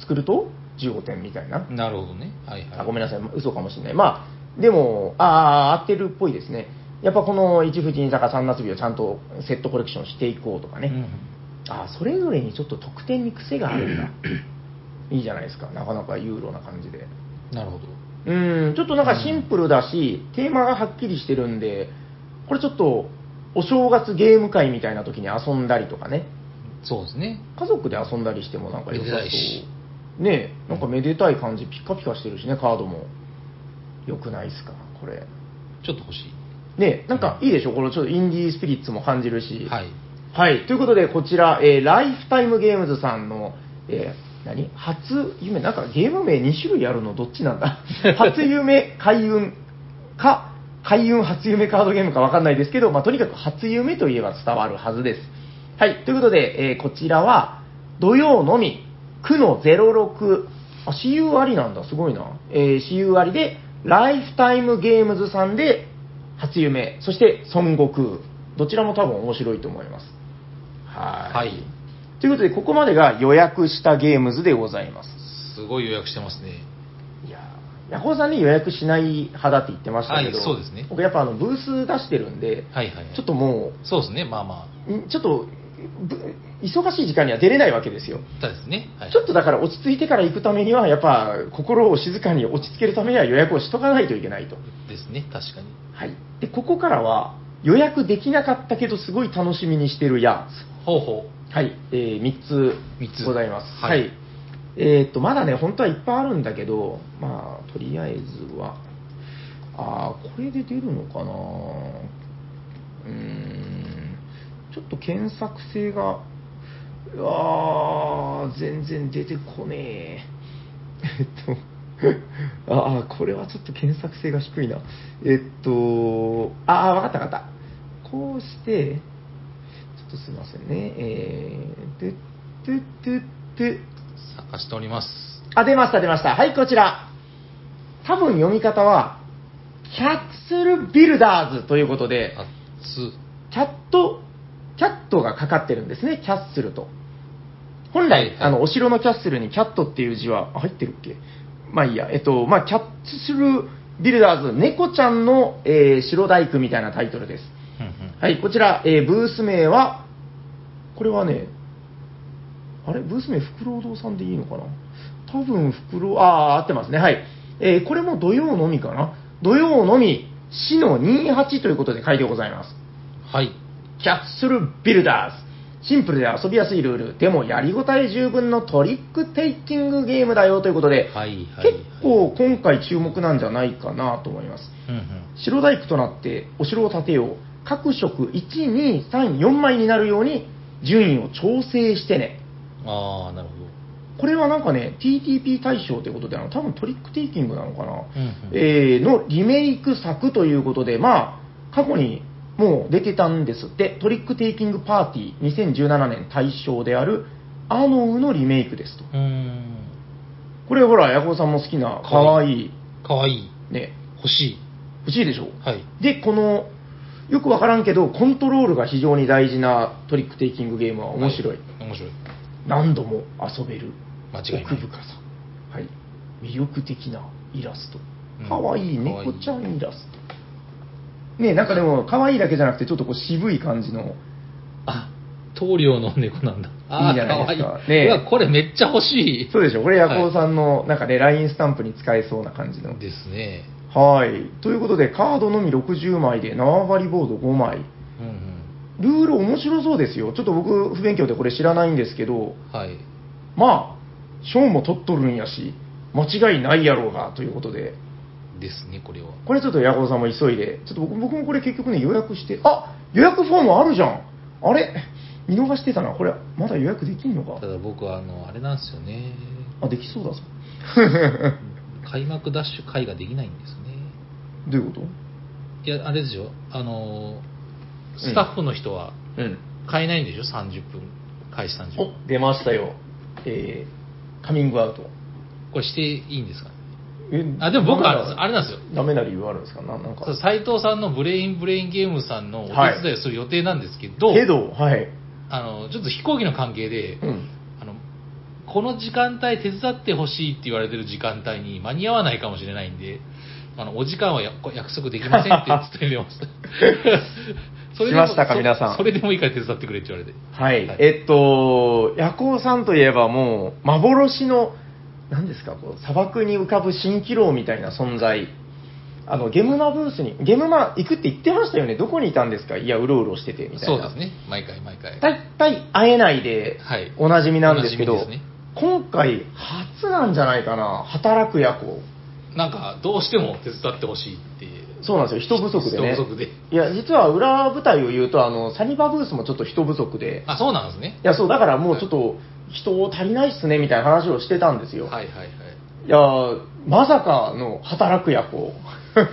作ると15点みたいな
うん。なるほどね。はいはい。
あごめんなさい嘘かもしれないまあでもああ合ってるっぽいですねやっぱこの一富士二鷹三なすびをちゃんとセットコレクションしていこうとかね、
うんうん
あそれぞれにちょっと得点に癖があるんだいいじゃないですかなかなかユーロな感じで
なるほど。
うんちょっとなんかシンプルだし、テーマがはっきりしてるんでこれちょっとお正月ゲーム会みたいな時に遊んだりとかね
そうですね。
家族で遊んだりしてもなんか良さ
めでたいし
そうねえなんかめでたい感じピカピカしてるしねカードも良くないですかこれ
ちょっと欲し
ねえなんかいいでしょこれちょっとインディースピリッツも感じるし
い。はい。
はい、ということで、こちら、えーライフタイムゲームズさんの、えー何初夢、なんかゲーム名2種類あるの、どっちな んだ初夢開運か、開運初夢カードゲームかわかんないですけど、まあ、とにかく初夢といえば伝わるはずです。はい、ということで、えーこちらは、土曜のみ、9の06、あ、私有ありなんだ、すごいな。えー、私有ありで、ライフタイムゲームズさんで、初夢、そして孫悟空、どちらも多分面白いと思います。はい,、
はい
ということで、ここまでが予約したゲームズでございます。
すごい予約してますね。
いやーヤコウさんに予約しない派だって言ってましたけど、
はいそうですね
僕やっぱあのブース出してるんで、
はいはいはい。
ちょっとも
そうですね。まあま
う、んちょっと、ぶ忙しい時間には出れないわけですよ。
あ。だですね。はい。
ちょっとだから落ち着いてから行くためには、やっぱ心を静かに落ち着けるためには予約をしとかないといけないと。
ですね。確かに。
はい、でここからは予約できなかったけどすごい楽しみにしてるや
ほうほ
つ、はいえー、3つ
三つ
ございます、は
はいい
えー、とまだね本当はいっぱいあるんだけど、まあ、とりあえずはあーこれで出るのかなうーんちょっと検索性があー全然出てこねええっと、 ああ、これはちょっと検索性が低いな。えっと、ああ、わかったわかった。こうして、ちょっとすいませんね。えー、で、で、で、で、
う。探しております。
あ、出ました、出ました。はい、こちら。多分読み方は、キャッスルビルダーズということで、
あつ。
キャット、キャットがかかってるんですね、キャッスルと。本来、
はいはい
あの、お城のキャッスルにキャットっていう字はあ入ってるっけまあいいや、えっと、まあ、キャッスルビルダーズ、猫ちゃんの、えー城大工みたいなタイトルです。
うんうん。
はい、こちら、えーブース名は、これはね、あれ、ブース名、福労堂さんでいいのかな多分、福労、あー、合ってますね。はい。えーこれも土曜のみかな土曜のみ、市の28ということで書いてございます。
はい。
キャッスルビルダーズ。シンプルで遊びやすいルール、でもやりごたえ十分のトリックテイキングゲームだよということで、
はいはいはい
結構今回注目なんじゃないかなと思います。
うんうん
白大工となってお城を建てよう。各色1、2、3、4枚になるように順位を調整してね。
ああなるほど
これはなんかね、TTP 大賞ということで、あの多分トリックテイキングなのかな、
うんうん
えーのリメイク作ということで、まあ、過去にもう出てたんですって、トリックテイキングパーティー2017年大賞である、アノウのリメイクですと。
うーん
これほら、ヤコウさんも好きな、かわいい、
かわいい
ね、
欲しい
欲しいでしょ
はい
で、この、よくわからんけど、コントロールが非常に大事なトリックテイキングゲームは面白い。
は面白い
何度も遊べる
間違いない
奥深さ、はい、魅力的なイラスト
うん
可愛い猫ちゃんイラストねなんかでも可愛いだけじゃなくてちょっとこう渋い感じの
あ棟梁の猫なんだ
い
あ
いじ
ー
ゃ
か
ない
わ
で
い
すか
い
ねえ
うわこれめっちゃ欲しい
そうでしょこれヤコウ
ん
さんのなんかね LINE、スタンプに使えそうな感じの
ですね
はいということでカードのみ60枚で縄張りボード5枚
うんうん
ルール面白そうですよちょっと僕不勉強でこれ知らないんですけど
はい
まあ賞も取っとるんやし間違いないやろうがということで
ですねこれは
これちょっとヤコウさんも急いで、ちょっと僕僕もこれ結局ね、予約して、あ予約フォームあるじゃん、あれ、見逃してたな、これ、まだ予約できんのか
た、だ僕はあのあれなんですよね
あできそうだぞ、
開幕ダッシュ会ができないんですね
どういうこ
いやあれですよあのースタッフの人は
とうん、
買えないんでしょ30分開始30分
お出ましたよ、えー、カミングアウト、
これしていいんですかね
え
あでも僕
ダメ
は
な
あれなんですよ
ダメな理由あるんですか、ななんか、
斎藤さんのブレインブレインゲームさんのお手伝いをする予定なんですけど,、
けど、はい、
あのちょっと飛行機の関係で、
うん、
あのこの時間帯手伝ってほしいって言われてる時間帯に間に合わないかもしれないんであのお時間はや約束できませんって 伝えましたそれでも
しましたか
そ
皆さん
それでもいいから手伝ってくれって言われて
はい、
はい
えっと、夜行さんといえばもう、幻の、なんですか、こう砂漠に浮かぶ蜃気楼みたいな存在、あのゲムマブースに、ゲムマ行くって言ってましたよね、どこにいたんですか、いや、うろうろしててみたいな、
そうですね毎回毎回
大体会えないで
はい
おなじみなんですけど、
おなじみですね
今回、初なんじゃないかな、働く夜行。
なんかどうしても手伝ってほしいって
そうなんですよ人不足でね
人不足で
いや実は裏舞台を言うとあのサニバブースもちょっと人不足で
あそうなんですね
いやそうだからもうちょっと人足りないっすねみたいな話をしてたんですよ、
はいはいはい
いやーまさかの働く夜行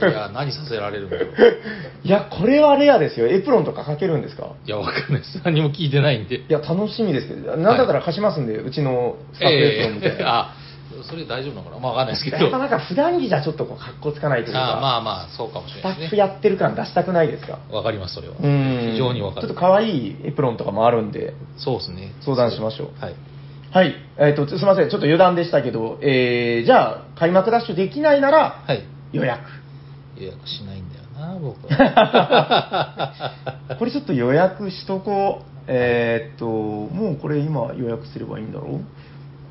いや何させられるんだろう
いやこれはレアですよエプロンとかかけるんですか
いやわかんないです何も聞いてないんで
いや楽しみですけどなんだったら貸しますんで、うちのスタッフエプロンみたい
ええ
な、
あそれ大丈夫なのかなまあわかんないですけど
やっぱなんか普段着じゃちょっとこう格好つかないというか
あまあまあそうかもしれ
スタ
ないで
ッ
す
フ
ね
やってる感出したくないですか
わかりますそれは
うん
非常にわか
ちょ
る
っと可愛いエプロンとかもあるんで
そうですね
相談しましょう
はい
はい、えー、とすみません、ちょっと余談でしたけど、えー、じゃあ、開幕ダッシュできないなら
はい
予約、
予約しないんだよな僕は
これちょっと予約しとこう、えー、っと、もうこれ今予約すればいいんだろう、こ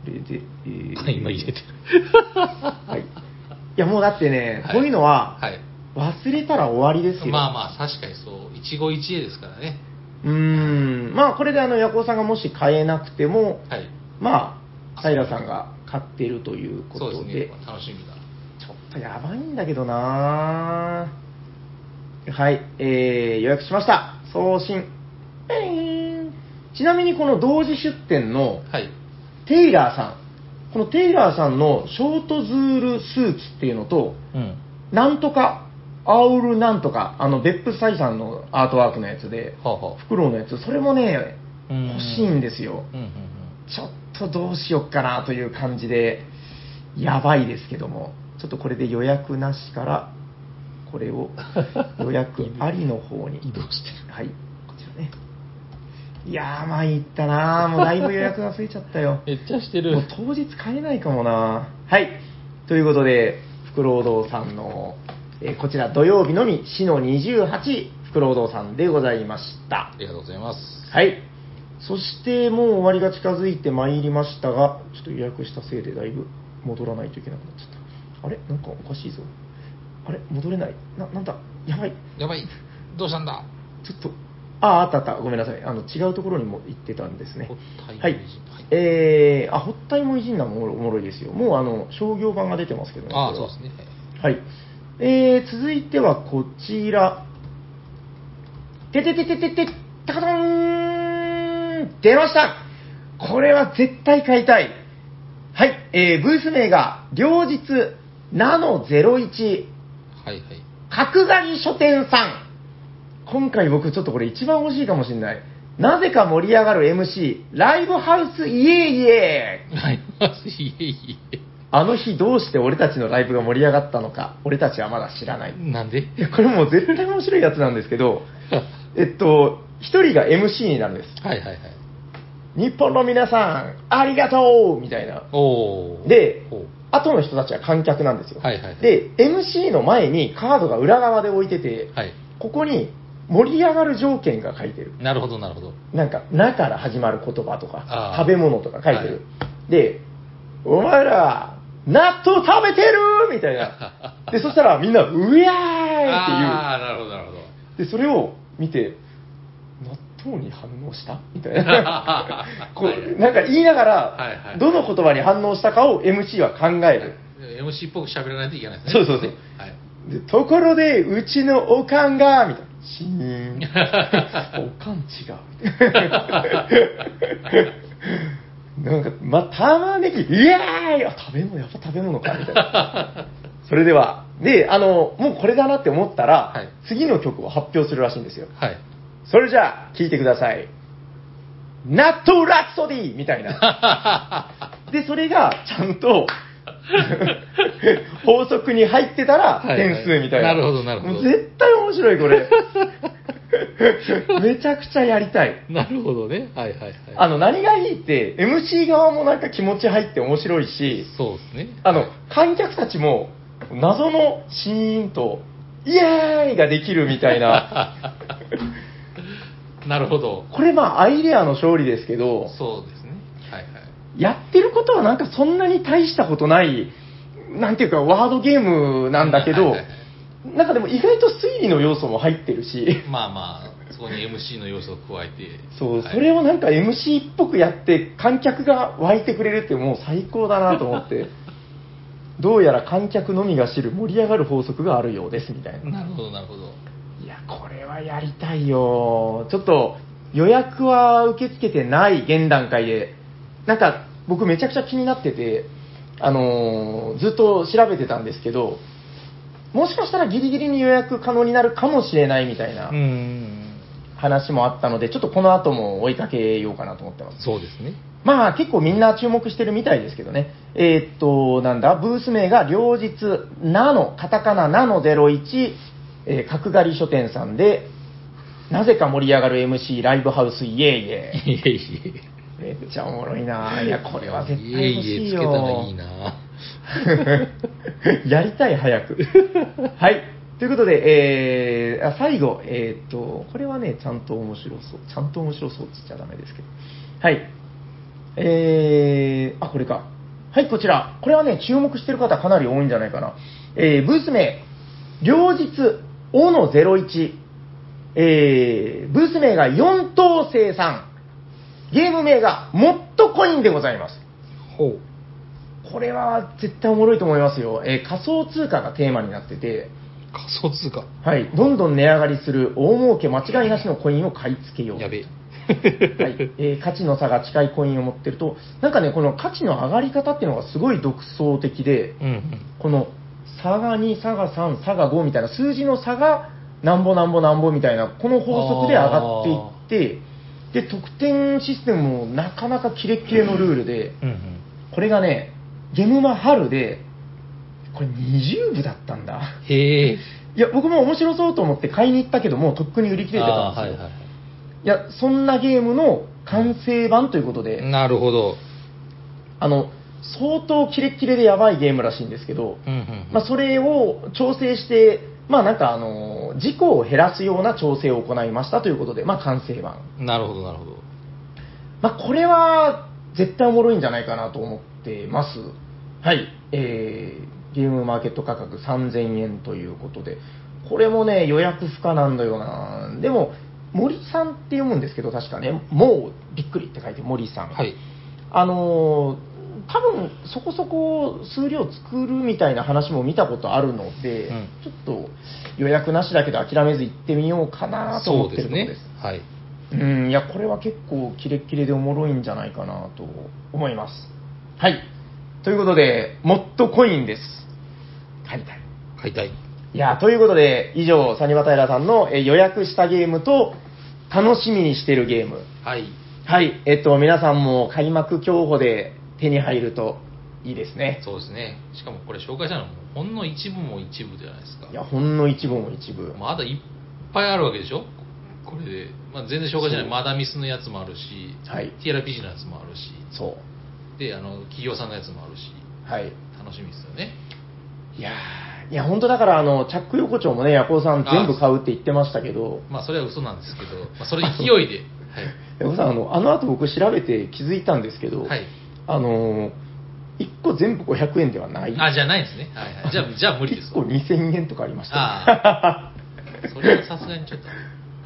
れで、えー
はい今入れてる
はい、いや、もうだってね、
はい
こういうのは、
はい
忘れたら終わりですよ。
まあまあ確かにそう一期一会ですからね
うーんまあこれであのヤコウさんがもし買えなくても、
はい
まあ平さんが買ってるというこ
そう
と
で
で、
すね楽しみだ
ちょっとやばいんだけどなぁはい、えー、予約しました。送信。ペリーンちなみにこの同時出店の
はい
テイラーさん。このテイラーさんのショートズールスーツっていうのと、
うん
なんとか、アウルなんとか、あの、別府サイさんのアートワークのやつで、
はあは
フクロウのやつ、それもね、
あうん
欲しいんですよ。
うんうん
ちょっとどうしよっかなという感じで、やばいですけども、ちょっとこれで予約なしから、こ れを予約ありの方に
うん移動してる
はい、こちらね。いやー、参ったなー、もうだいぶ予約が過ぎちゃったよ
。めっちゃして
もう当日買えないかもなー。はい、ということで、福労堂さんの、えーこちら土曜日のみ、市の28、福労堂さんでございました
あ。りがとうございます
はい。そしてもう終わりが近づいてまいりましたが、ちょっと予約したせいでだいぶ戻らないといけなくなっちゃった。あれなんかおかしいぞ。あれ戻れない。な、なんだやばい。
やばいどうしたんだ
ちょっと、あ、あったあった。ごめんなさい。あの、違うところにも行ってたんですね。
堀田
は
大臣
い。えー、あ、ほったいもいじんなもおもろおもろいですよ。もう、あの、商業版が出てますけどね。
ああ、
これ
そう
は
ですね。はい
はい。えー、続いてはこちら。てててててて、たかどーん出ましたこれは絶対買いたい。はい、えー、ブース名が、両日、ナノ01、
はいはい。
角刈り書店さん。今回僕ちょっとこれ一番欲しいかもしれない。なぜか盛り上がる MC、ライブハウスイエイイエイ
はい。い えい
あの日どうして俺たちのライブが盛り上がったのか、俺たちはまだ知らない
え。。なんで
いやこれもう絶対面白いやつなんですけど、えっと、一人が MC になるんです。
はいはいはい。
日本の皆さん、ありがとうみたいな。
おお。
で
ほう、
後の人たちは観客なんですよ。
はいはいはい
で、MC の前にカードが裏側で置いてて、
はい。
ここに盛り上がる条件が書いてる。
なるほどなるほど。
なんか、なから始まる言葉とか
あ、ー
食べ物とか書いてる。で、お前ら、納豆食べてるみた いな。で、そしたらみんな、うやーいっていう。
ああ、なるほどなるほど。
でそれを見て納豆に反応したみたいな こ
はいは
う
い
なんか言いなが
はいは
ら
い
どの言葉に反応したかを MC は考える
MC っぽく喋らないといけないですね。
そうそうそう
はい。
でところでうちのおかんがみたいなシー ンおかん違うなんか、ま、玉ねぎ、イエーイあ、食べ物、やっぱ食べ物かみたいな。それでは、で、あの、もうこれだなって思ったら、
はい
次の曲を発表するらしいんですよ。
はい。
それじゃあ、聞いてください。納豆ラプソディーみた いな。で、それがちゃんと法則に入ってたら
はいはい
点数みたいな。
なるほどなるほど
もう絶対面白い、こ れ。めちゃくちゃやりたい。
なるほどね。はいはいはい。
あの、何がいいって、MC 側もなんか気持ち入って面白いし、
そうですね。
あ
は
の
い、
観客たちも、謎のシーンと、イエーイができるみた いな。
なるほど。
これまあ、アイデアの勝利ですけど、
そうですね。はいはい。
やってることはなんかそんなに大したことない、なんていうか、ワードゲームなんだけど
はいはいは、
なんかでも意外と推理の要素も入ってる し、
まあまあ、そこに MC の要素を加えて。
そう、
はい
それをなんか MC っぽくやって、観客が湧いてくれるってもう最高だなと 思って、どうやら観客のみが知る盛り上がる法則があるようですみたいな。
なるほどなるほど。
いや、これはやりたいよ。ちょっと、予約は受け付けてない、現段階で。なんか、僕めちゃくちゃ気になってて、あのーずっと調べてたんですけど、もしかしたらギリギリに予約可能になるかもしれないみたいな
うん。
話もあったので、ちょっとこの後も追いかけようかなと思ってます。
そうですね。
まあ結構みんな注目してるみたいですけどね。えーっと、なんだ、ブース名が両日ナノ、カタカナナノ01、えー角刈り書店さんで、なぜか盛り上がる MC ライブハウスイエイエ
いえいえ。
イ。めっちゃおもろいなぁいや、これは絶対欲
いえい
しいよ。
え、つけたらいいな。
やりたい、早く。はい。ということで、えーあ最後、えーっと、これはね、ちゃんと面白そう。ちゃんと面白そうって言っちゃダメですけど。はい。えーあ、これか。はい、こちら。これはね、注目してる方かなり多いんじゃないかな。えーブース名、両日、おの01。えーブース名が四等星さん。ゲーム名が、もっとコインでございます。
ほう。
これは絶対おもろいと思いますよ、えー仮想通貨がテーマになってて、
仮想通貨。
はい、どんどん値上がりする大儲け間違いなしのコインを買い付けよう
やべえ。
はいえー価値の差が近いコインを持ってると、なんかね、この価値の上がり方っていうのがすごい独創的で、
うんうん。
この差が2、差が3、差が5みたいな、数字の差がなんぼなんぼなんぼみたいな、この法則で上がっていって、で得点システムもなかなかキレッキレのルールで。
うんうん。
これがね、ゲムマ春で、これ20部だったんだ。
へえ。
いや、僕も面白そうと思って買いに行ったけど、もうとっくに売り切れてた
あ
ん
ーは
です
い
よ。
はいいはい。
や、そんなゲームの完成版ということで、
なるほど。
あの、相当キレッキレでやばいゲームらしいんですけど、
うんうん。
まあ、それを調整して、まあなんかあの、事故を減らすような調整を行いましたということで、まあ完成版。
なるほどなるほど。
まあこれは絶対おもろいんじゃないかなと思ってます。はい。えー、ゲームマーケット価格3000円ということで、これもね、予約不可なんだよな。でも、森さんって読むんですけど、確かね、もうびっくりって書いて森さん。
はい。
あのー多分そこそこ数量作るみたいな話も見たことあるので、
うん
ちょっと予約なしだけど諦めず行ってみようかなと思
そ
っ
う
て
で
る
す
ところ
ねは
です。。
い。
うん、いや、これは結構キレッキレでおもろいんじゃないかなと思います。はい。ということで、もっとコインです。買いたい。
買いたい。
いや、ということで、以上、サニバタイラさんのえー予約したゲームと、楽しみにしてるゲーム。
はい。
はい。えっと、皆さんも開幕競歩で手に入るといいですね。
そうですね。しかもこれ紹介したのも、ほんの一部も一部じゃないですか。
いや、ほんの一部も一部。
まだいっぱいあるわけでしょこれで。まあ、全然紹介してな
そ
いうマダミスのやつもあるし、
はい。
TRPG のやつもあるし、
そ
で、あの、企業さんのやつもあるし、
う。はい。
楽しみですよね。
いやーいや、本当だから、あの、チャック横丁もね、ヤコウさん
あ
全部買うって言ってましたけど、
まあ、それは嘘なんですけど、まあ、それ勢いで、
ヤコウさん、あの、あの後僕調べて気づいたんですけど、
はい。はい。
あのー、1個全部500円ではない。
あ、じゃないですね。はいはい。じゃあ、じゃあ無理です
1個。2000円とかありました、
ああ。それはさすがにちょっと。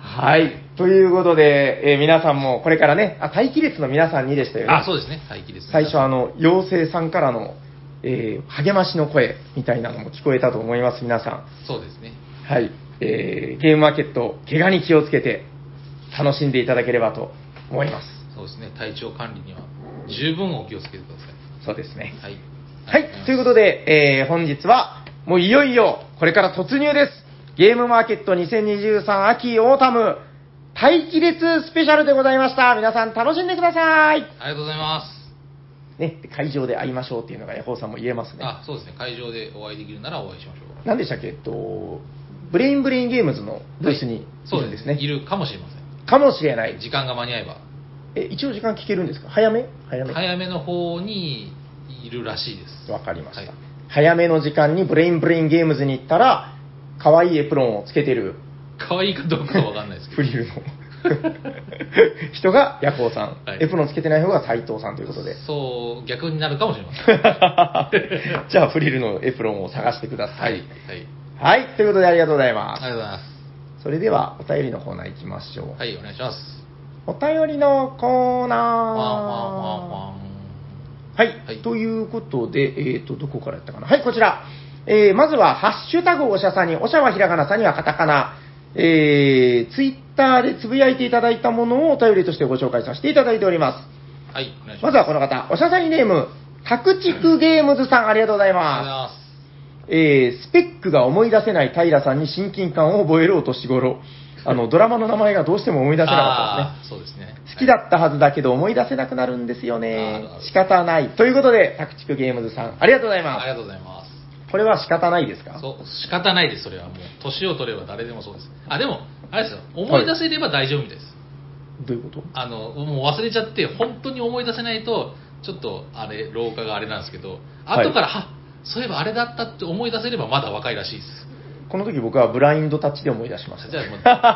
はい。ということで、えー皆さんもこれからね、あ、待機列の皆さんにでしたよね。
あ、そうですね。待機ですね。
最初、あの、妖精さんからの、えー励ましの声みたいなのも聞こえたと思います、皆さん。
そうですね。
はい。えーゲームマーケット、怪我に気をつけて、楽しんでいただければと思います。
そうですね。体調管理には十分お気をつけてくださ
そうですね。
い。はい。
はい。ということで、えー本日は、もういよいよ、これから突入です。ゲームマーケット2023秋オータム、待機列スペシャルでございました。皆さん楽しんでくださ
あ
い。
りがとうございます。
ね、会場で会いましょうっていうのがヤホーさんも言えますね。
あ、そうですね。会場でお会いできるならお会いしましょう。
何でしたっけ、えっと、ブレインブレインゲームズのブースにい
そう
るん
で
ですす
ね。
ね。
いるかもしれません。
かもしれない。
時間が間に合えば。
え、一応時間聞けるんですか早め早め。
早めの方にいるらしいです。
わかりました、
はい
早めの時間にブレインブレインゲームズに行ったら、可愛いエプロンをつけてる
可愛いかどうかはわかんないですけ
フ
ど。
リルの 人がヤコウさん、
はい
エプロンつけてない方が斎藤さんという ことで。
そう、逆になるかもしれません。は
じゃあ、フリルのエプロンを探してくださ
い。はいい。。
はい、ということでありがとうござい
あ
ます。
りがとうございま
それでは、お便りのコーナー行きましょう。
す。はい、お願いします。
お便りのコ
わ
ー
んわんわんわ
ナー。
ん。
はい、
はい
ということで、えっ、と、どこからやったかな。はい、こちら。えーまずは、ハッシュタグおしゃさに、おしゃはひらがなさにはカタカナ。えー、ツイッターでつぶやいていただいたものをお便りとしてご紹介させていただいておりま
はい、お願い
す。
しま。
ますずはこの方、おしゃさにネーム、タクチクゲームズさん、ありがとうござい
あり
ま
が
す。
と
えースペックが思い出せない平さんに親近感を覚えるお年頃。あの、ドラマの名前がどうしても思いう
ご
出
ざいます。
せなかったですね。
あーそうですね。
好きだったはずだけど思い出せなくなるんですよ
ある
ね
あ。る
仕方ない。ということで、タクチクゲームズさん、ありがとうござい
はい。あり
ま
がとうございます。
す。これは仕方ないですか
そう仕方ないです、それはもう、年を取れば誰でもそうです。あでも、あれですよ、思い出せれば大丈夫みたいです、
どういうこと
あのもう忘れちゃって、本当に思い出せないと、ちょっとあれ、老化があれなんですけど、
はい
後から、はそういえばあれだったって思い出せれば、まだ若いらしいです。
この時僕はブラインドタッチで思い出しました。
じゃあ、もう、ちょっと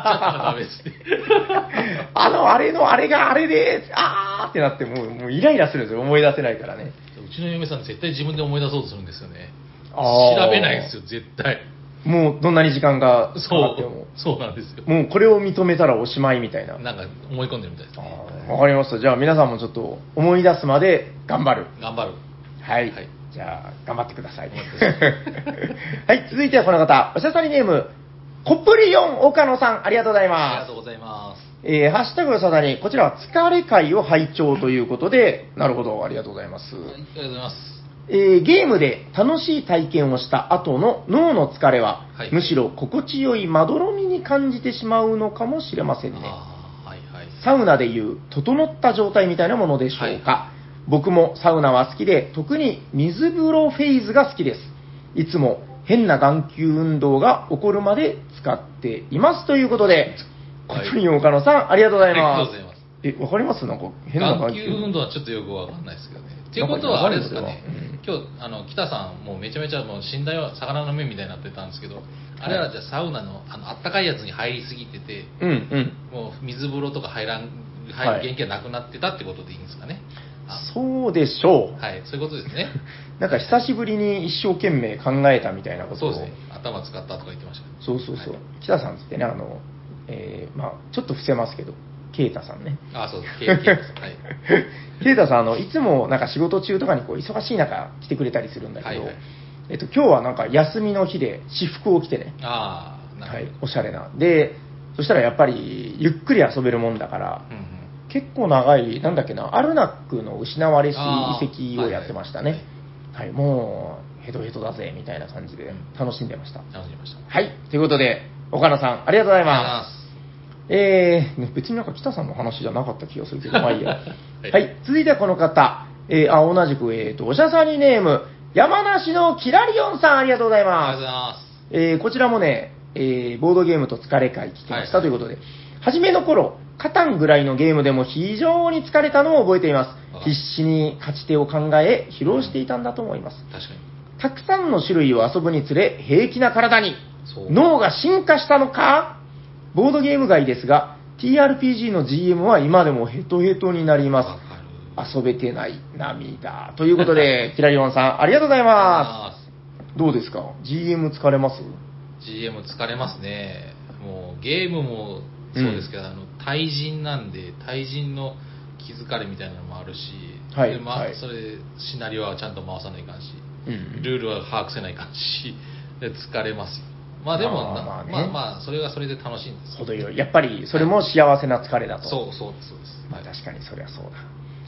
ダメですね。
あの、あれのあれがあれです。あーってなってもう、もうイライラするんですよ。思い出せないからね。
うちの嫁さん、絶対自分で思い出そうとするんですよね。
あー
調べないですよ、絶対。
もうどんなに時間がか
そ
かっても
う、。そうなんですよ。
もうこれを認めたらおしまいみたいな。
なんか、思い込んでるみたいです
あ
ね。
ーわかりました。じゃあ皆さんもちょっと思い出すまで頑張る。
頑張る。
はい。
はい
じゃあ、頑張ってください。
頑張ってくだ
はい、続いてはこの方、おしゃさりネーム、コプリオン岡野さん、ありがとうござい
ありが
ま
とうございます。
す。えー、ハッシュタグおしゃさり、こちらは疲れ会を拝聴ということで、なるほど、ありがとうございます。
はいありがとうございます。
えーゲームで楽しい体験をした後の脳の疲れは、
はい
むしろ心地よいまどろみに感じてしまうのかもしれませんね。
ああ、はいはい。
サウナでいう、整った状態みたいなものでしょうか。僕もサウナは好きで、特に水風呂フェーズが好きです。いつも変な眼球運動が起こるまで使っています。ということで、コ
はい
プリン岡野さん、ありがとうござい
ありがとう
ま
ございます
す。え、わかりますなんか変な
眼
眼
球
球。
運動はちょっとよくわかんないですけどね。っていうことは、あれですかね
うん、
今日あの北さん、もうめちゃめちゃもう死んだよ、魚の目みたいになってたんですけど、あれはじゃあサウナのあのあったかいやつに入りすぎてて、
うんうん。
もう水風呂とか入らん、
は
入る
い
元気がなくなってたってことでいいんですかね。あ
そうでしょう。
はい、そういうことです ね。
なんか久しぶりに一生懸命考えたみたいなこと
そう
を。
ですね。頭使ったとか言ってましたけど。
そうそうそう。北さんっつってね、あの、えーまあ、ちょっと伏せますけど、ケイタさんね。
あ、そうです。ケイケイさ んはい。
ケイタさん、あの、いつもなんか仕事中とかにこう忙しい中来てくれたりするんだけど、
はいはい
えっと、今日はなんか休みの日で私服を着てね、
ああ、な
は
る
い
ほど。、
おしゃれな。で、そしたらやっぱりゆっくり遊べるもんだから、
うんうん
結構長い、なんだっけな、アルナックの失われし
あー
遺跡をやってましたね。はい、もう、ヘトヘトだぜ、みたいな感じで
うん
楽しんでました。
楽しみました。
はい、ということで、岡野さん、ありがとうございます。えー、ね別になんか北さんの話じゃなかった気がするけど、まあい いや。
い
はい、続いてはこの方、えー、あ、同じく、えーと、おしゃさんにネーム、山梨のキラリオンさん、ありがとうござい
ありがとうご
ま。
ざいます
えー、こちらもね、えー、ボードゲームと疲れ会聞きました
は
と
い
いうことで、初めの頃、カタンぐらいのゲームでも非常に疲れたのを覚えていま
あ
す。必死に勝ち手を考え、疲労していたんだと思います。
す。確かに。
たくさんの種類を遊ぶにつれ、平気な体に。
そう。
脳が進化したのかボードゲーム外ですが、TRPG の GM は今でもヘトヘトになり
わ
ま
かる。
す。遊べてない涙。ということ で、キラリオンさん、ありがとうございま。
ありがとうございます
どうですか ?GM 疲れます
す。GM 疲れますね。もう、ゲームもそうですけど、あの、対人なんで、対人の気づかれみたいなのもあるし、
はい
でまあ
はい
それ、シナリオはちゃんと回さないかんし、
うん
ルールは把握せないかんし、で疲れますよ。まあでも、
ま
な
あま
ま
あ
あ
ね
まあ、それはそれで楽しいんですよ。
程よい。やっぱり、それも幸せな疲れだと。
そうそうですそうです。
まあ確かに、そりゃそうだ。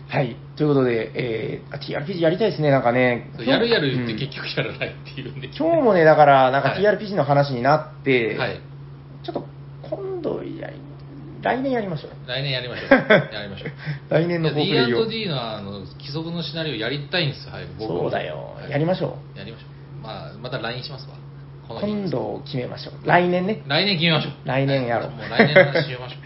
はい。ということで、えーあ TRPG やりたいですね、なんかね。
やるやる言って
うん
結局やらないっていうね。
今日もね、だから、なんか
はい
TRPG の話になって、
はい。
ちょっと今度やり、来年やりましょう。
来年やりましょう。やりましょう。
来年の
い
国
や
連を。
D&D のあの既存のシナリオやりたいんですよ、はい、僕も
そうだよ
は。い
やりましょ
やりましょう。まあ、また LINE しますわ。
う。
この日
今度決めましょう。来年ね。
来年決めましょう。
来年やろう。
もう来年の話しましょ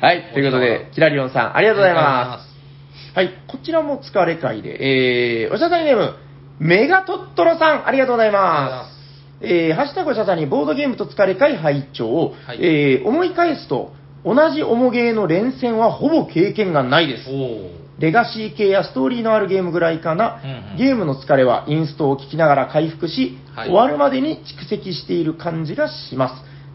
う。
はい。ということで、キラリオンさん、ありがとうござい
ありがとうございま
ますす。はい。こちらも疲れ会で、えー、おしゃさにネーム、メガトットロさん、ありがとうございます。えー、ハッシュタグおしゃさにボードゲームと疲れ会拝聴、
はい
えー、思い返すと、同じ重ゲーの連戦はほぼ経験がないです。
おー
レガシー系やストーリーのあるゲームぐらいかな、
うんうん
ゲームの疲れはインストを聞きながら回復し、
はい
終わるまでに蓄積している感じがしま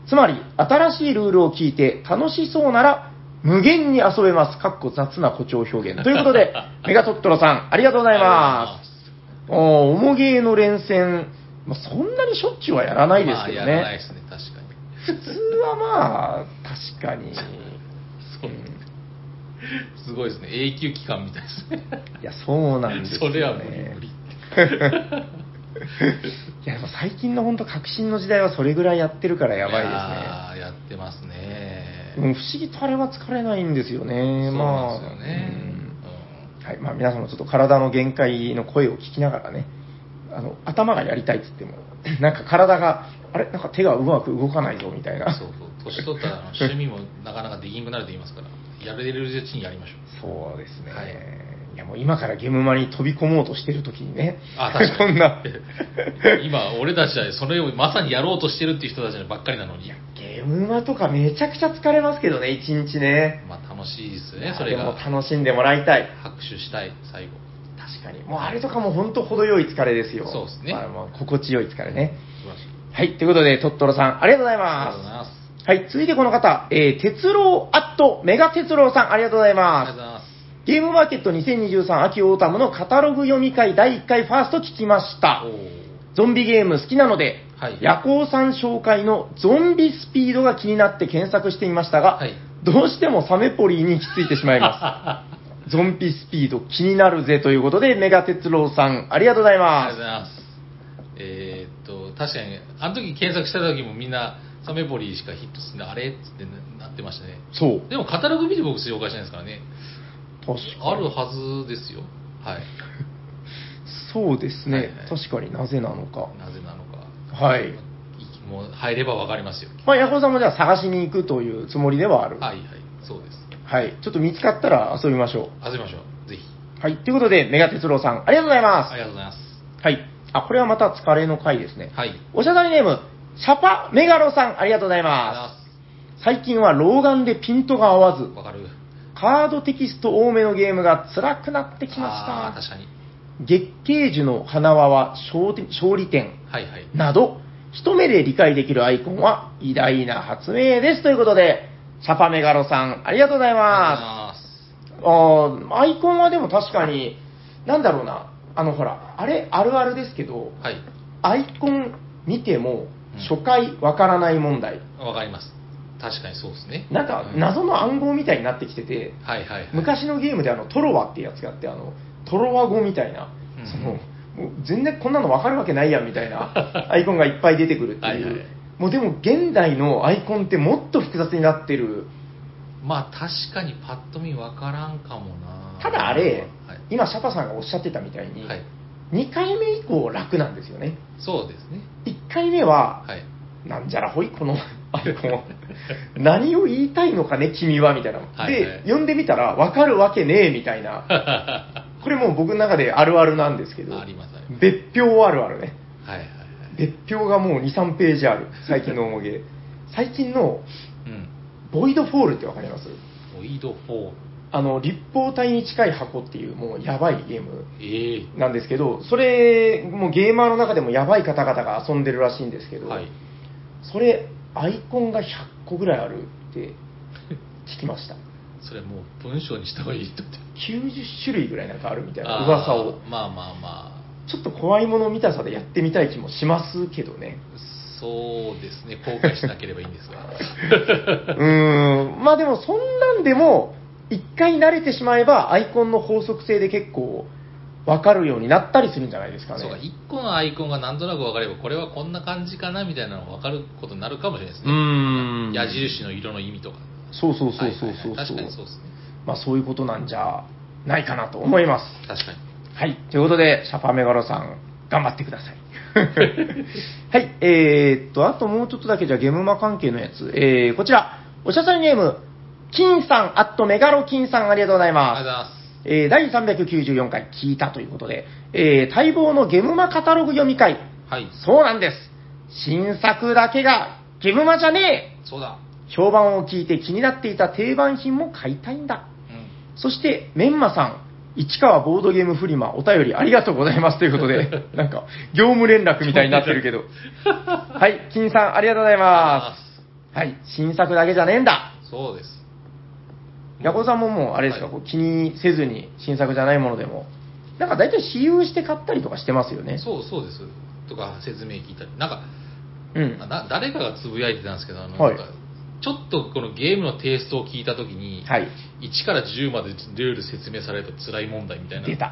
す。つまり、新しいルールを聞いて楽しそうなら、無限に遊べます。かっこ雑な誇張表現。ということ で、メガトットロさん、ありがとうございます。おー、重ゲーの連戦、まあ、そんなにしょっちゅうはやらないですけど
まあ、やらない
ね
で。すね、確かに。
普通はまあ、確かに。
そうすごいですね、永久期間みたいですね。
いや、そうなんですよ、
そ
ね。
れは無理無理。
いやでも最近の本当革新の時代はそれぐらいやってるからやばいで
いやーやってますね。
すね。うん不思議とあれは疲れないんですよね。
そう
まあ
なんですよね。
うんはい、まあ皆さんもちょっと体の限界の声を聞きながらね、あの頭がやりたいっつっても、 なんか体があれなんか手がうまく動かないぞみたい
うん
な。
そうそう、年取ったらあの趣味もなかなかできんくなると言いますから、やれるうちにやりましょう。
そうですね。
はいい、
やもう今からゲムマに飛び込もうとしてる時にね、
あ確かに
こんな。
今、俺たちはそれをまさにやろうとしてるっていう人たちばっかりなのに、
ゲムマとかめちゃくちゃ疲れますけどね、一日ね。
まあ楽しいですよね、それ
でも
が。
楽しんでもらいたい。
拍手したい、最後。
確かに。もうあれとかも本当程よい疲れですよ。
そうですね
まあまあ心地よい疲れね。
素晴らしい。
はい。ということで、トットロさん、ありがとうござい
ありが
ま
とうございます。
す。はい。続いてこの方、えー、鉄郎アットメガ鉄郎さん、ありがとうござい
ありがとうご
ます。
ざいます。
ゲームマーケット2023秋オータムのカタログ読み会第1回ファースト聞きました
お。ー
ゾンビゲーム好きなので、
はい
夜行さん紹介のゾンビスピードが気になって検索してみましたが、
はい
どうしてもサメポリーに行き着いてしまい ます。ゾンビスピード気になるぜということで、メガ鉄郎さん、ありがとうござい
ありがとうござ
ます。
います。えーっと、確かに、あの時検索した時もみんな、サメボリーしかヒットすんで、あれっつってななってましたね。
そう。
でも、カタログ見て僕紹介してないですからね。
確
あ
か
る
に。
はずですよ。はい。
そうですね、
はいはい
確かになぜなのか。
なぜなのか。
はい。
もう入ればわかりますよ。
まあ、ヤコウさんもじゃあ探しに行くというつもりではある。
はいはい、そうです。
はい。ちょっと見つかったら遊びましょ
遊びましょう。ぜひ。
う。はい。ということで、メガ鉄郎さん、ありがとうございま
ありがとうございます。
す。はい。あ、これはまた疲れの回ですね。
はい。
おしゃだりネーム、シャパメガロさん、ありがとうございま
あ
す。最近は老眼でピントが合わず
りがとうございます。わかる。
カードテキスト多めのゲームが辛くなってき
あ
ま
ー確
した。
かに。
月桂樹の花輪は勝利勝利点
はいはい。
など、一目で理解できるアイコンは偉大な発明ですということで、シャパメガロさん、ありがとうございます。あーアイコンはでも確かに、なんだろうな、あのほら、あれ、あるあるですけど、
はい。
アイコン見ても
うん
初回わからない問題、
わかります。確かにそうですね。
なんか
う
謎の暗号みたいになってきてて、
はいはいはい。
昔のゲームであのトロワっていうやつがあって、あのトロワ語みたいな、
うん
そのもう全然こんなのわかるわけないやんみた いなアイコンがいっぱい出てくるっていう。
はいはい
もうでも現代のアイコンってもっと複雑になってる
まあ確かにパッと見わからんかもな。
ただあれ、
はい。
今シャパさんがおっしゃってたみたいに、
はい
2回目以降楽なんですよね
そうですね。
1回目は、
はい。
なんじゃらほいこの アイコン何を言いたいのかね君はみたいな、
はいはい
で読んでみたら分かるわけねえみたいなこれもう僕の中であるあるなんですけど
ありますありま
別表あるあるね
す。はいはいはい。
別表がもう23ページある最近の 重げ最近の
うん。
ボイドフォールって分かります
ボイド4。
あの立方体に近い箱っていうもうやばいゲーム
ええ
なんですけど、それ、もうゲーマーの中でもやばい方々が遊んでるらしいんですけど、
はい。
それ、アイコンが100個ぐらいあるって聞きました。
それもう文章にした方がいいと思って。
90種類ぐらいなんかあるみたいな噂を、
あーまあまあまあ。
ちょっと怖いもの見たさでやってみたい気もしますけどね。
そうですね。後悔しなければいいんですが。
うーん、まあでもそんなんでも、一回慣れてしまえば、アイコンの法則性で結構わかるようになったりするんじゃないですかね。
そうか、1個のアイコンがなんとなく分かれば、これはこんな感じかなみたいなのが分かることになるかもしれないです
うー
ね。
ん。
矢印の色の意味とか。
そうそうそうそうそうそう。
はいはいはい確かにそうですね。
まあそういうことなんじゃないかなと思います。
確かに。
はい。ということで、シャパメガロさん、頑張ってくだ さい。はい。えー、っと、あともうちょっとだけじゃゲムマ関係のやつ。えー、こちら、おしゃさりネーム、金さん、アットメガロ金さん、ありがとうござい
あり
ます。
が
えー、第394回聞いたということで、えー、待望のゲムマカタログ読み会。
とうございます。はい。
そうなんです。新作だけがゲムマじゃねえ
そうだ。
評判を聞いて気になっていた定番品も買いたいんだ。
うん。
そして、メンマさん、市川ボードゲームフリマ、お便りありがとうございますということ で、なんか、業務連絡みたいになってるけど。はい、金さん、ありがとうござい
あ
ます。はい、新作だけじゃねえんだ。
そうです。
ヤコさんももう、あれですか、
はい
こう気にせずに、新作じゃないものでも。なんか大体、私有して買ったりとかしてますよね。
そうそうです。とか、説明聞いたり。なんか、
うん。
な誰かがつぶやいてたんですけど、あの
はい
なんかちょっとこのゲームのテイストを聞いたときに、
はい。
1から10までルール説明されると辛い問題みたいな。
出た。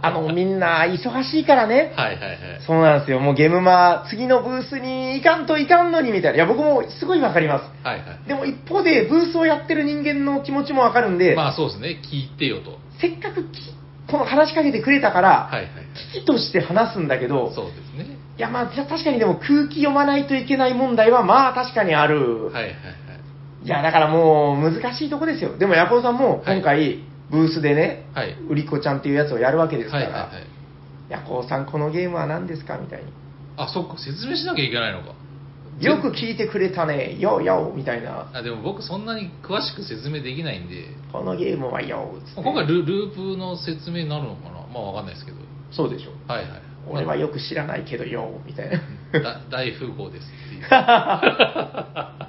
あの、みんな、忙しいからね。
はいはいはい。
そうなんですよ。もうゲームマ、次のブースに行かんといかんのに、みたいな。いや、僕もすごいわかります。
はいはい。
でも一方で、ブースをやってる人間の気持ちもわかるんで、
まあそうですね、聞いてよと。
せっかくきこの話しかけてくれたから、
はいはいはい。
危機として話すんだけど、
そうですね。
いやまあ、じゃ確かにでも空気読まないといけない問題は、まあ確かにある。
はいはいはい。
い、や、だからもう難しいとこですよ。でも、ヤコウさんも
はい
今回、ブースでね、
はい。
売り子ちゃんっていうやつをやるわけですか
はいはい
ら、
はい。
ヤコウさん、このゲームは何ですかみたいに。
あ、そっか、説明しなきゃいけないのか。
よく聞いてくれたね、よーよーみたいな、
あでも僕そんなに詳しく説明できないんで、
このゲームはよーっつって
今回ルループの説明になるのかなまあわかんないですけど。
そうでしょ。
はいはい。
俺はよく知らないけどよーみたいな。
だ 大富豪ですっていう。ま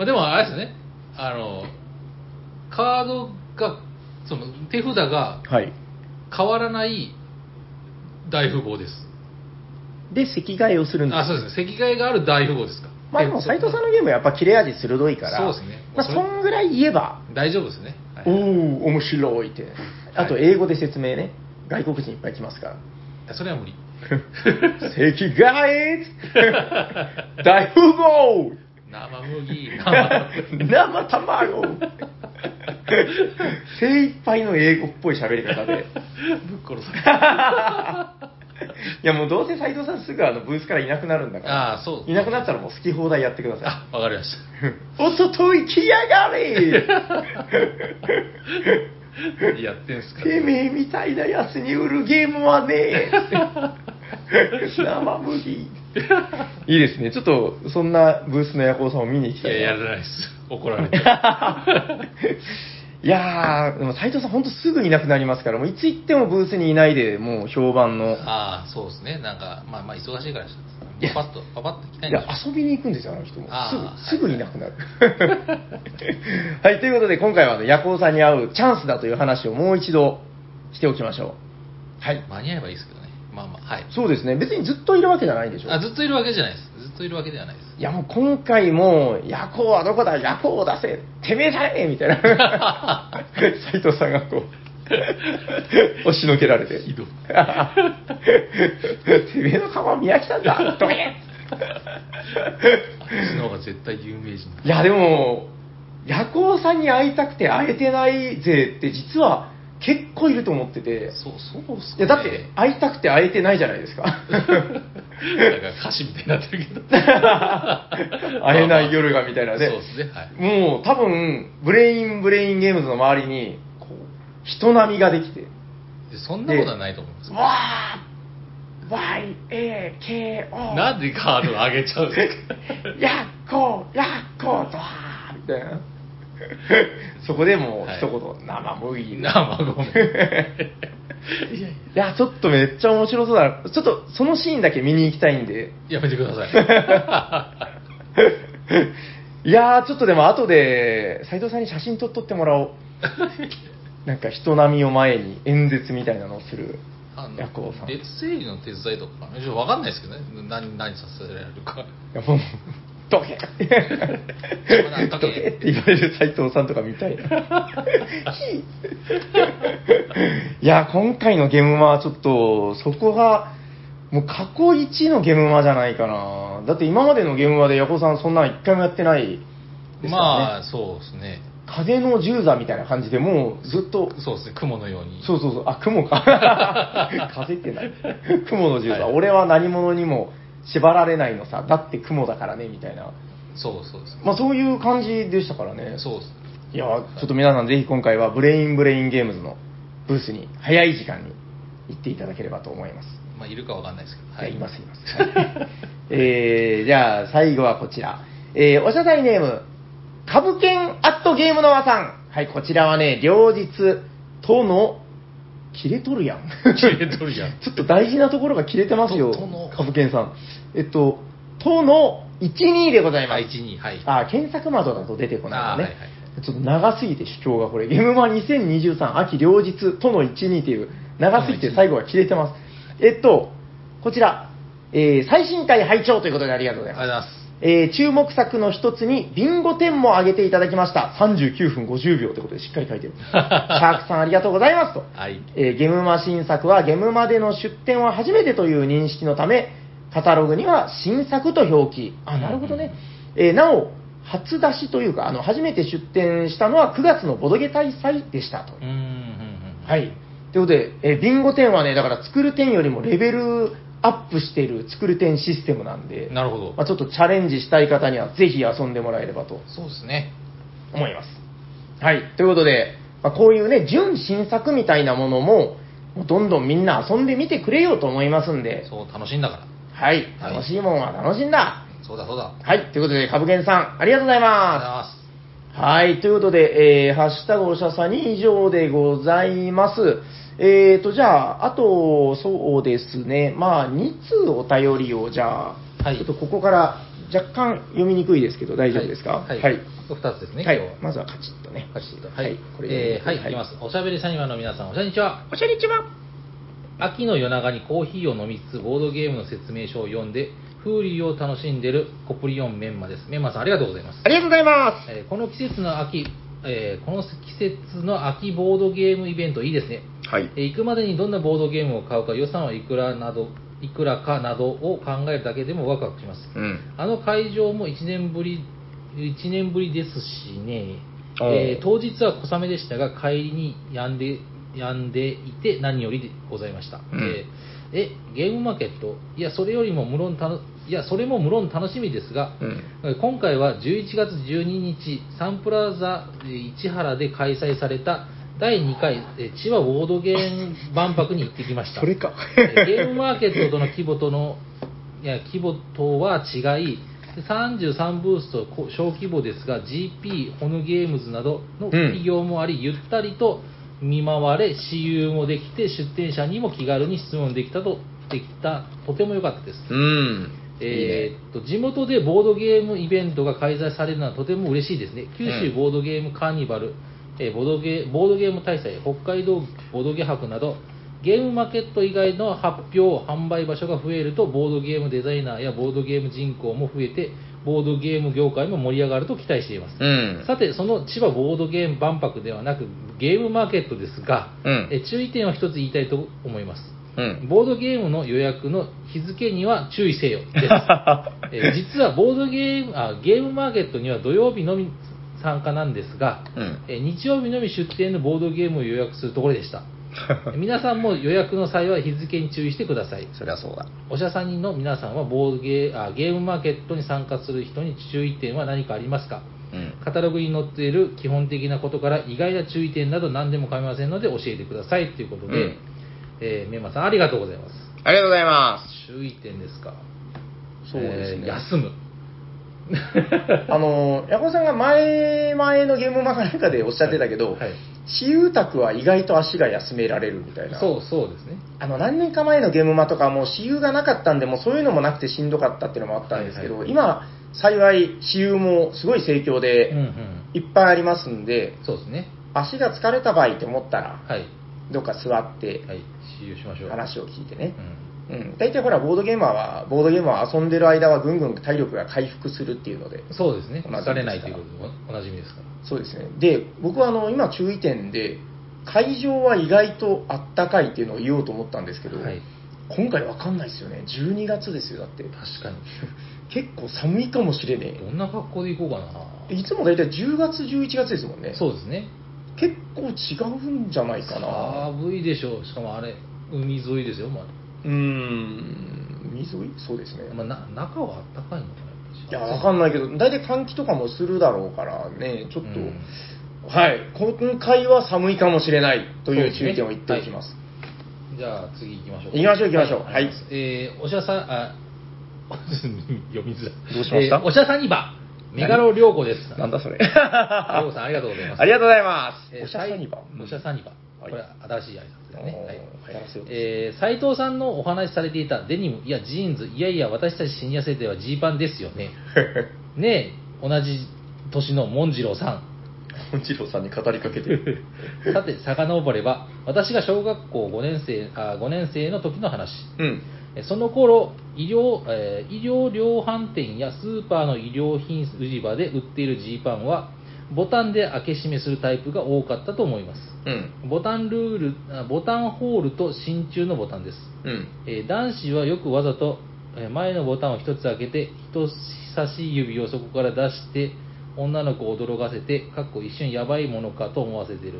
あでもあれですね、あの、カードが、その手札が
はい。
変わらない大富豪です。
で、席替えをするんです。
あ、そうですね。席替えがある大富豪ですか。
まあでも
え
斉藤さんのゲームはやっぱ切れ味鋭いから、
そうですね
まあそんぐらい言えば、
大丈夫ですね。はい
おおー面白いって。あと英語で説明ね。外国人いっぱい来ますから。
あそれは無理。
席替え大富豪
生 麦、
生卵 精一杯の英語っぽい喋り方で。
ぶっ殺された。
いやもうどうせ斉藤さんすぐあのブースからいなくなるんだから。
ああ、そう。
いなくなったらもう好き放題やってください。
あ、わかりまし
おととい来やが れ
た。やってんすか。
てめえみたいなやつに売るゲームはねえ 生麦いいですねちょっとそんなブースの夜行さんを見に行き
い
た
や、
い
や
な
らないです。怒られた。
いやーでも斉藤さん本当すぐいなくなりますからもういつ行ってもブースにいないでもう評判の
ああ、そうですね。なんか、まあまあ、忙しいからしたんですパパッと、パパッと来たい
い
んで
や
しょ。
遊びに行くんですよ、あの人も。
あー
すぐ、すぐにいなくなる。 はい、ということで、今回はあの夜行さんに会うチャンスだという話をもう一度しておきましょう。はい。
間に合えばいいですけどね。まあまあ、はい。
そうですね、別にずっといるわけじゃないんでしょ
あずっといるわけじゃないです。ずっといるわけではないです。
いやもう今回もう、夜行はどこだ、夜行を出せ、てめえじゃねえみたい な、斎藤さんがこう、押しのけられ て、
ひどい
てめえの釜見飽きたんだ、どけ
あっちの方が絶対有名人だ
いやでも、夜行さんに会いたくて会えてない勢って、実は結構いると思ってて、
そう、そうっすか、ね。
いやだって、会いたくて会えてないじゃないで すか。
なんか歌詞みたいになって るけど。
会えない夜がみたいなね
そうですね、はい。
もう多分、ブレインブレインゲームズの周りに、こう、人波ができて、
でそんなことはないと思います。
わー !YAKO!
なんでカードを上げちゃうんですか
やっこやっこドワーみたいな。 そこでもう
はい
一言、生麦い
生ごめん。いやい
いや、ちょっとめっちゃ面白そうだな。ちょっとそのシーンだけ見に行きたいん で。
や、やめてください。
いやー、ちょっとでも後で、斉藤さんに写真撮っとってもらおう。なんか人並みを前に演説みたいなのをする
あの
夜行さん。い
列整理の手伝いとかかな、ちょっとわかんないですけどね、何何させられるか。
やもう、どけ
だ
ど
どけ
けって言われる斉藤さんとか見たいな。ひいいや、今回のゲームマはちょっと、そこが、もう過去一のゲームマじゃないかな。だって今までのゲームマでヤコさんそんなの一回もやってないですからね。
まあ、そうですね、
風の銃座みたいな感じでもうずっと、
そうですね、雲のように。
そうそうそう、あ、雲か。風っ てない。雲の銃座、
はい
俺は何者にも縛られないのさ。だって雲だからね、みたいな。
そうそうですね。
まあそういう感じでしたからね。
そうですね。
いや、ちょっと皆さんぜひ今回はブレインブレインゲームズのブースに早い時間に行っていただければと思います。
まあ、いるかわかんないですけど。
はい、います、います。えー、じゃあ、最後はこちら。えー、おしゃだいネーム、カブケンアットゲームの和さん。はい、こちらはね、両日との、切れとるやん。
切れとるやん
ちょっと大事なところが切れてますよ
ととの、
カブケンさん。えっと、との12でございます。
あ12はい
あ、検索窓だと出てこないのね。
あはいはい
ちょっと長すぎて主張がこれ、ゲームマ2023秋両日との12という、長すぎて最後が切れてます。えっと、こちら、えー最新回拝聴ということでありがとうご
あ
ざ
り
い
がとうござ
ま
い
す。
ます。
えー注目作の一つに、ビンゴ10も挙げていただきました。39分50秒ということで、しっかり書 いてる。シャークさんありがとうございますと。
はい。
えーゲムマ新作はゲムマでの出展は初めてという認識のため、カタログには新作と表記。あ、なるほどね。えーなお、初出しというか、あの、初めて出展したのは9月のボドゲ大祭でしたと
う。ん、うん、うん。
はい。ということで、えービンゴ10はね、だから作る点よりもレベルアップしてる作る点システムなんで、
なるほど
ま。あ、ちょっとチャレンジしたい方にはぜひ遊んでもらえればと
そうですね。
思います。はい。ということで、まあ、こういうね、純新作みたいなものも、もうどんどんみんな遊んでみてくれよと思いますんで、
そう、楽しいんだから。
はい。
はい
楽しいもんは楽しんだ。
そうだ、そうだ。あり
はい。ということで、株券さん、ありがとうござい
がとうござい
ま。
ます
はい。ということで、えー、ハッシュタグおしゃさに以上でございます。えーと、じゃあ、あと、そうですね、まあ、2通お便りを、じゃあ、
はい
ちょっとここから若干読みにくいですけど、大丈夫ですか
はい。
はい
2つですね、
は
今
い
日は。、
まずはカチッとね。
カチッとはい、
これ
えーはい、いきます。おしゃべりサニバの皆さん、おしゃにちは。
おしゃれちは。
秋の夜長にコーヒーを飲みつつ、ボードゲームの説明書を読んで、風流を楽しんでるコプリオンメンマです。メンマさん、ありがとうございます。
ありがとうございます。
えーこの季節の秋、えーこの季節の秋ボードゲームイベントいいですね。
はい。
えー行くまでにどんなボードゲームを買うか、予算はいくらなど、いくらかなどを考えるだけでもワクワクします。
うん。
あの会場も1年ぶり、1年ぶりですしね、
おう
えー当日は小雨でしたが、帰りに病んで、病んでいて何よりでございました。
うん
えーえ、ゲームマーケット、いや、それよりも無論たの、いや、それも無論楽しみですが、
うん。
えー今回は11月12日、サンプラザえー市原で開催された第2回えー千葉ボードゲーム万博に行ってきました。
それ か。
えー ゲームマーケットとの規模との、いや、規模とは違い、33ブースとこ小規模ですが、GP、ホヌゲームズなどの企業もあり、ゆったりと見回れ、私有もできて、出店者にも気軽に質問できたと、できた、とても良かったです。
うん。
えーっと地元でボードゲームイベントが開催されるのはとても嬉しいですね九州ボードゲームカーニバル、えーボードゲボードゲーム大祭北海道ボードゲ博などゲームマーケット以外の発表販売場所が増えるとボードゲームデザイナーやボードゲーム人口も増えてボードゲーム業界も盛り上がると期待しています、
うん。
さてその千葉ボードゲーム万博ではなくゲームマーケットですが、
うん
えー注意点を一つ言いたいと思います
うん。
ボードゲームの予約の日付には注意せよですえー実はボードゲームあゲームマーケットには土曜日のみ参加なんですが、
うん。
えー日曜日のみ出店のボードゲームを予約するところでした 皆さんも予約の際は日付に注意してください
そりゃそうだ。
おしゃさんの皆さんはボードゲーあゲームマーケットに参加する人に注意点は何かありますか
うん。
カタログに載っている基本的なことから意外な注意点など何でも構いませんので教えてくださいということで、
うん
えーメンマさんありがとうございます
ありがとうございます。
注意点ですか
そうですね
えー休む
あの、ヤコさんが前前のゲームマガなんかでおっしゃってたけど、
はいはい
私有宅は意外と足が休められるみたいな。
そうそうですね
あの何年か前のゲームマとかもう私有がなかったんで、もうそういうのもなくてしんどかったっていうのもあったんですけど、
はいはい
今、幸い私有もすごい盛況
うんう
で
ん
いっぱいありますんで、
そうですね
足が疲れた場合って思ったら、
はい
どっか座って
はい使用しましょう
話を聞いてね
う。ん
うん、大体ほら、ボードゲーマーは、ボードゲームは遊んでる間はぐんぐん体力が回復するっていうので、
そうですね
おなじ
疲
みですか
れないということでおおなじみですから
そうですね。で、僕はあの、今注意点で、会場は意外とあったかいっていうのを言おうと思ったんですけど、
はい
今回わかんないですよね。12月ですよ、だって。
確かに
結構寒いかもしれ ね
どんな格好で行こうか
え。いつも大体10月、11月ですもんね
な。そうですね
結構違うんじゃないかな。
寒いでしょうしかもあれ海沿いですよ、まあ
うーん、水沿いそうですね。
まあ、な中は暖かいのか
い
な
や、
やっぱり
わかんないけど、大体換気とかもするだろうからね、ちょっと、
うん
はい、今回は寒いかもしれないとい
そうで
う
すね
注意点を言っておきます。
じゃあ次行きましょう
行きましょう行きましょうはい
えーおしゃさんあ 読みづらい
どうしました
えーおしゃさんにばメガロ良子です
なんだそれ。
良子さんありがとうございます
ありがとうございます。
えー
おしゃさにば
さいおしゃさにばこ
はい
れは新しい挨拶ですね、はい
おーやらせようとして
えー、斉藤さんのお話しされていたデニムいやジーンズいやいや私たちシニア世代はジーパンですよねねえ同じ年のモンジローさん
本次郎さんに語り かけてる。
さて、遡れば、私が小学校5年生、あ5年生の時の話。
うん。
えその頃、医療、えー医療量販店やスーパーの医療品売り場で売っているジーパンは、ボタンで開け閉めするタイプが多かったと思います。
うん。
ボタンルール、あボタンホールと真鍮のボタンです。
うん。
えー男子はよくわざと、えー前のボタンを1つ開けて人差し指をそこから出して女の子を驚かせてかっこ一瞬やばいものかと思わせてる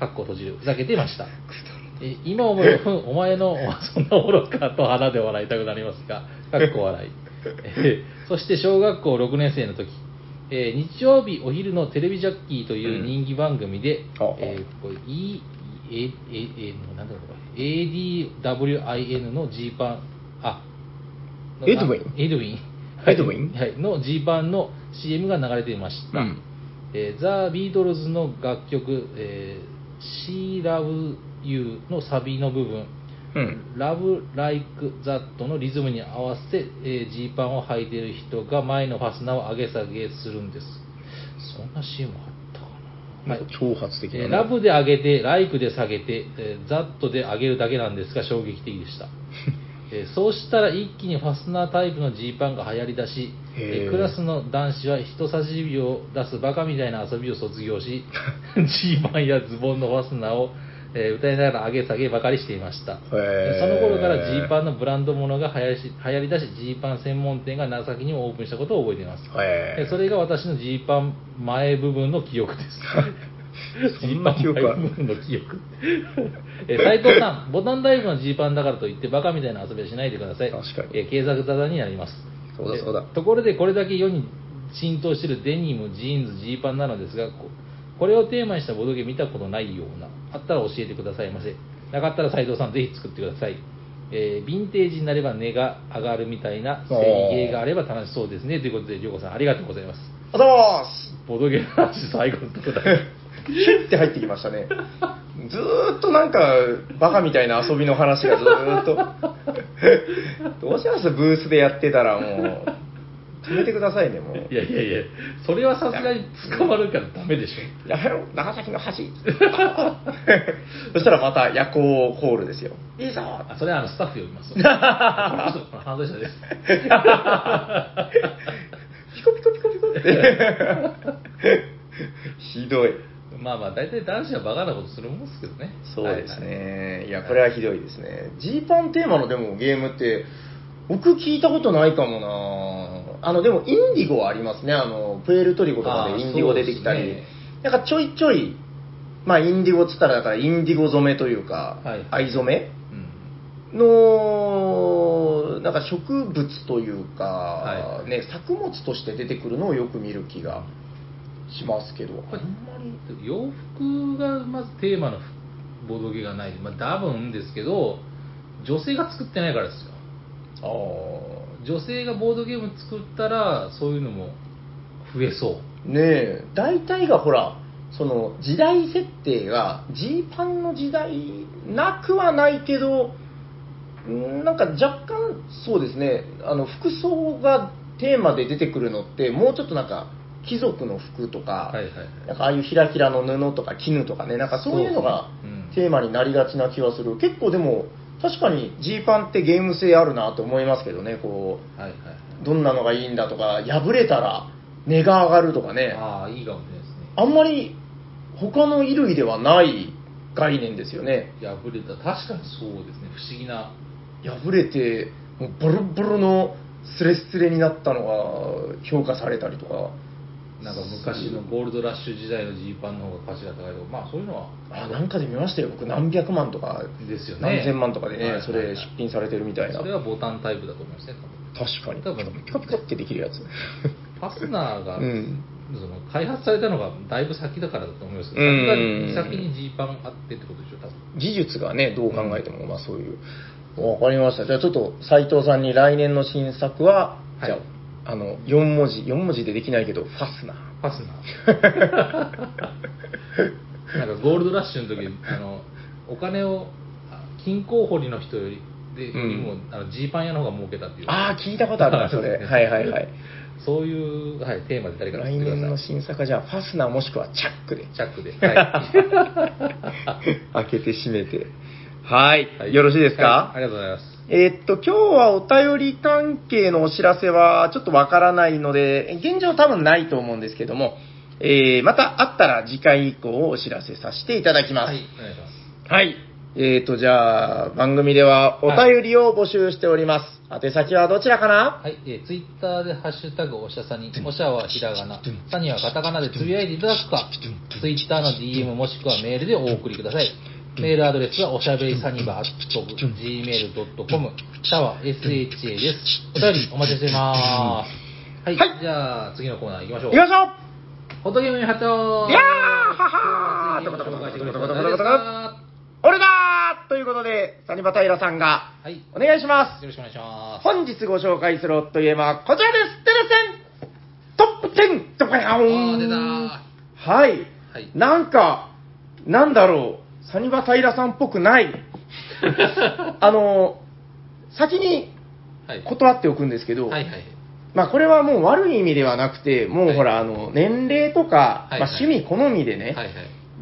かっこ閉じるふざけていましたえー今思えばお前のそんな愚かと腹で笑いたくなりますがかっこ笑い、えーそして小学校6年生の時えー日曜日お昼のテレビジャッキーという人気番組で、
うんああ
えーこれ E、A、A、A の、なんだろうこれ、ADWIN の G パン、あ、の
エドウィン
あエドウィン。
エドウィン
はい、の G パンの CM が流れていました。
うん
えーザ・ビートルズの楽曲、えー、She Love You のサビの部分、
うん。
ラブ・ライク・ザットのリズムに合わせて、えージーパンを履いている人が前のファスナーを上げ下げするんです。そんなシーンもあったかな。はい。
挑発的
えー
な。
ラブで上げて、ライクで下げて、えーザットで上げるだけなんですが、衝撃的で した。えーそうしたら一気にファスナータイプのジーパンが流行りだし、え
へー
ークラスの男子は人差し指を出すバカみたいな遊びを卒業 し、ジーパンやズボンのファスナーを、えー歌いながら上げ下げばかりしていました。
へー
その頃からジーパンのブランドものが流行りし流行りだし、ジーパン専門店が長崎にもオープンしたことを覚えています。
へー
えそ れが私のジーパン前部分の記憶です。
そんな記憶ある
ジーパン前部分の記憶。 え斉藤さん、ボタンダイブのジーパンだからといってバカみたいな遊びはしないでください。
確かに
え警察沙汰になります。
そうだそうだ
えところでこれだけ世に浸透しているデニム、ジーンズ、ジーパンなのですが、ここれをテーマにしたボドゲ見たことないような。あったら教えてくださいませ。なかったら斉藤さんぜひ作ってください。えーヴィンテージになれば値が上がるみたいな、整理芸があれば楽しそうですね。ということで、りょうこさんありがとうございます。
あざーす
ボドゲの話最後のとこだ け。
ヒュッて入ってきましたね。ずーっとなんか、バカみたいな遊びの話がずーっと。
どうしますブースでやってたらもう。止めてくださいね、もう。
いやいやいや、それはさすがに捕まるからダメでし
やめろ、長崎の 橋。そしたらまた夜行コールですよ。いいぞ
ょ。あそれはあのスタッフ呼び ますわ。この人、この犯罪者です。
ピコピコピコピコ って。ひどい。
まあまあ、大体男子はバカなことするもんですけどね。
そうです
はいはい。
ね。いや、これはひどいですね。
ジーパンテーマのでもゲームって、僕聞いたことないかもなあの、でもインディゴはありますね。あの、プエルトリコとか
あー
でインディゴ出てきた
そうで
り
すね。
なんかちょいちょい、まあインディゴっつったら、だからインディゴ染めというか、
はい
藍染め
うん
の、なんか植物というか、
はい
ね、作物として出てくるのをよく見る気がしますけど、
これ洋服がまずテーマのボードゲがない、まあ、多分ですけど女性が作ってないからですよ
あー
女性がボードゲーム作ったらそういうのも増えそう
ねえ大体がほらその時代設定がジーパンの時代なくはないけどうんなんか若干そうですねあの服装がテーマで出てくるのってもうちょっとなんか貴族の服とか、
はいはいはい
なんかああいうひらひらの布とか絹とかねなんかそういうのが
そうですねうん
テーマになりがちな気はする、結構でも確かにジーパンってゲーム性あるなと思いますけどねこう
はいはい
どんなのがいいんだとか、破れたら値が上がるとかね、
ああいいかもしれないですね
あんまり他の衣類ではない概念ですよね。
破れた確かにそうですね不思議な
破れて、もうボロボロのスレスレになったのが評価されたりとか、
なんか昔のゴールドラッシュ時代のジーパンの方が価値が高いとかまあそういうのは
あなんかで見ましたよ、僕、何百万とか、
ですよね
何千万とかでね、
はいはいはい
それ、出品されてるみたいな、
それはボタンタイプだと思いますね多分
確かに、
多分
ピカピカってできるやつ。
ファスナーが、
うん
その開発されたのがだいぶ先だからだと思いますけど、
うん
先が先にジーパンあってってことでしょ、多分
技術がね、どう考えても、まあそういう。わかりました。じゃあちょっと斉藤さんに来年の新作は、
はい
じゃあ、あの、4文字、4文字でできないけど、ファスナー。
ファスナー。なんかゴールドラッシュの時あのお金をあ金鉱掘りの人よりでよりも、あのジーパン屋の方が儲けたっていう、
ああ、聞いたことあるな、それ。はいはいはい。
そういう、はい、テーマで誰か作
来
ってく
年
だ
の
さい。
新作は、じゃあ、ファスナーもしくはチャックで。
チャックで。はい、
開けて閉めて。はい。
はい
よろしいですか、
はいありがとうございます。
えーっと、今日はお便り関係のお知らせはちょっとわからないので、現状多分ないと思うんですけども、えーまたあったら次回以降お知らせさせていただきます。
は
はいい。、
お願いします。
えーっと、じゃあ、番組ではお便りを募集しております。宛先はどちらかな
はい、えー、ツイッターでハッシュタグおしゃさに、おしゃはひらがな、さにはカタカナでつぶやいていただくか、ツイッターの DM もしくはメールでお送りください。メールアドレスはおしゃべりサニバアット gmail.com、シャワ SHA です。お便りお待ちしています。はい、
はい
じゃあ次のコーナー行きましょ
行
う
き。ましょ
ホットゲームに発表
ういやーははー
今日は次の紹介してくれる人は誰ですか
俺だーということで、サニバタイラさんが
はい、よ
お願いします。
ろしくお願いします。
本日ご紹介するホットゲームはこちらです。テレセントップ10ドカヤーン
あー出たー
はい。
はい
なんか、なんだろう、サニバタイラさんっぽくない。あの、先に
はい。
断っておくんですけど、
はいはい。
まあこれはもう悪い意味ではなくて、もうほら、
は
あの、年齢とか、
はいは
ま
い
あ趣味、好みでね、
はいはい。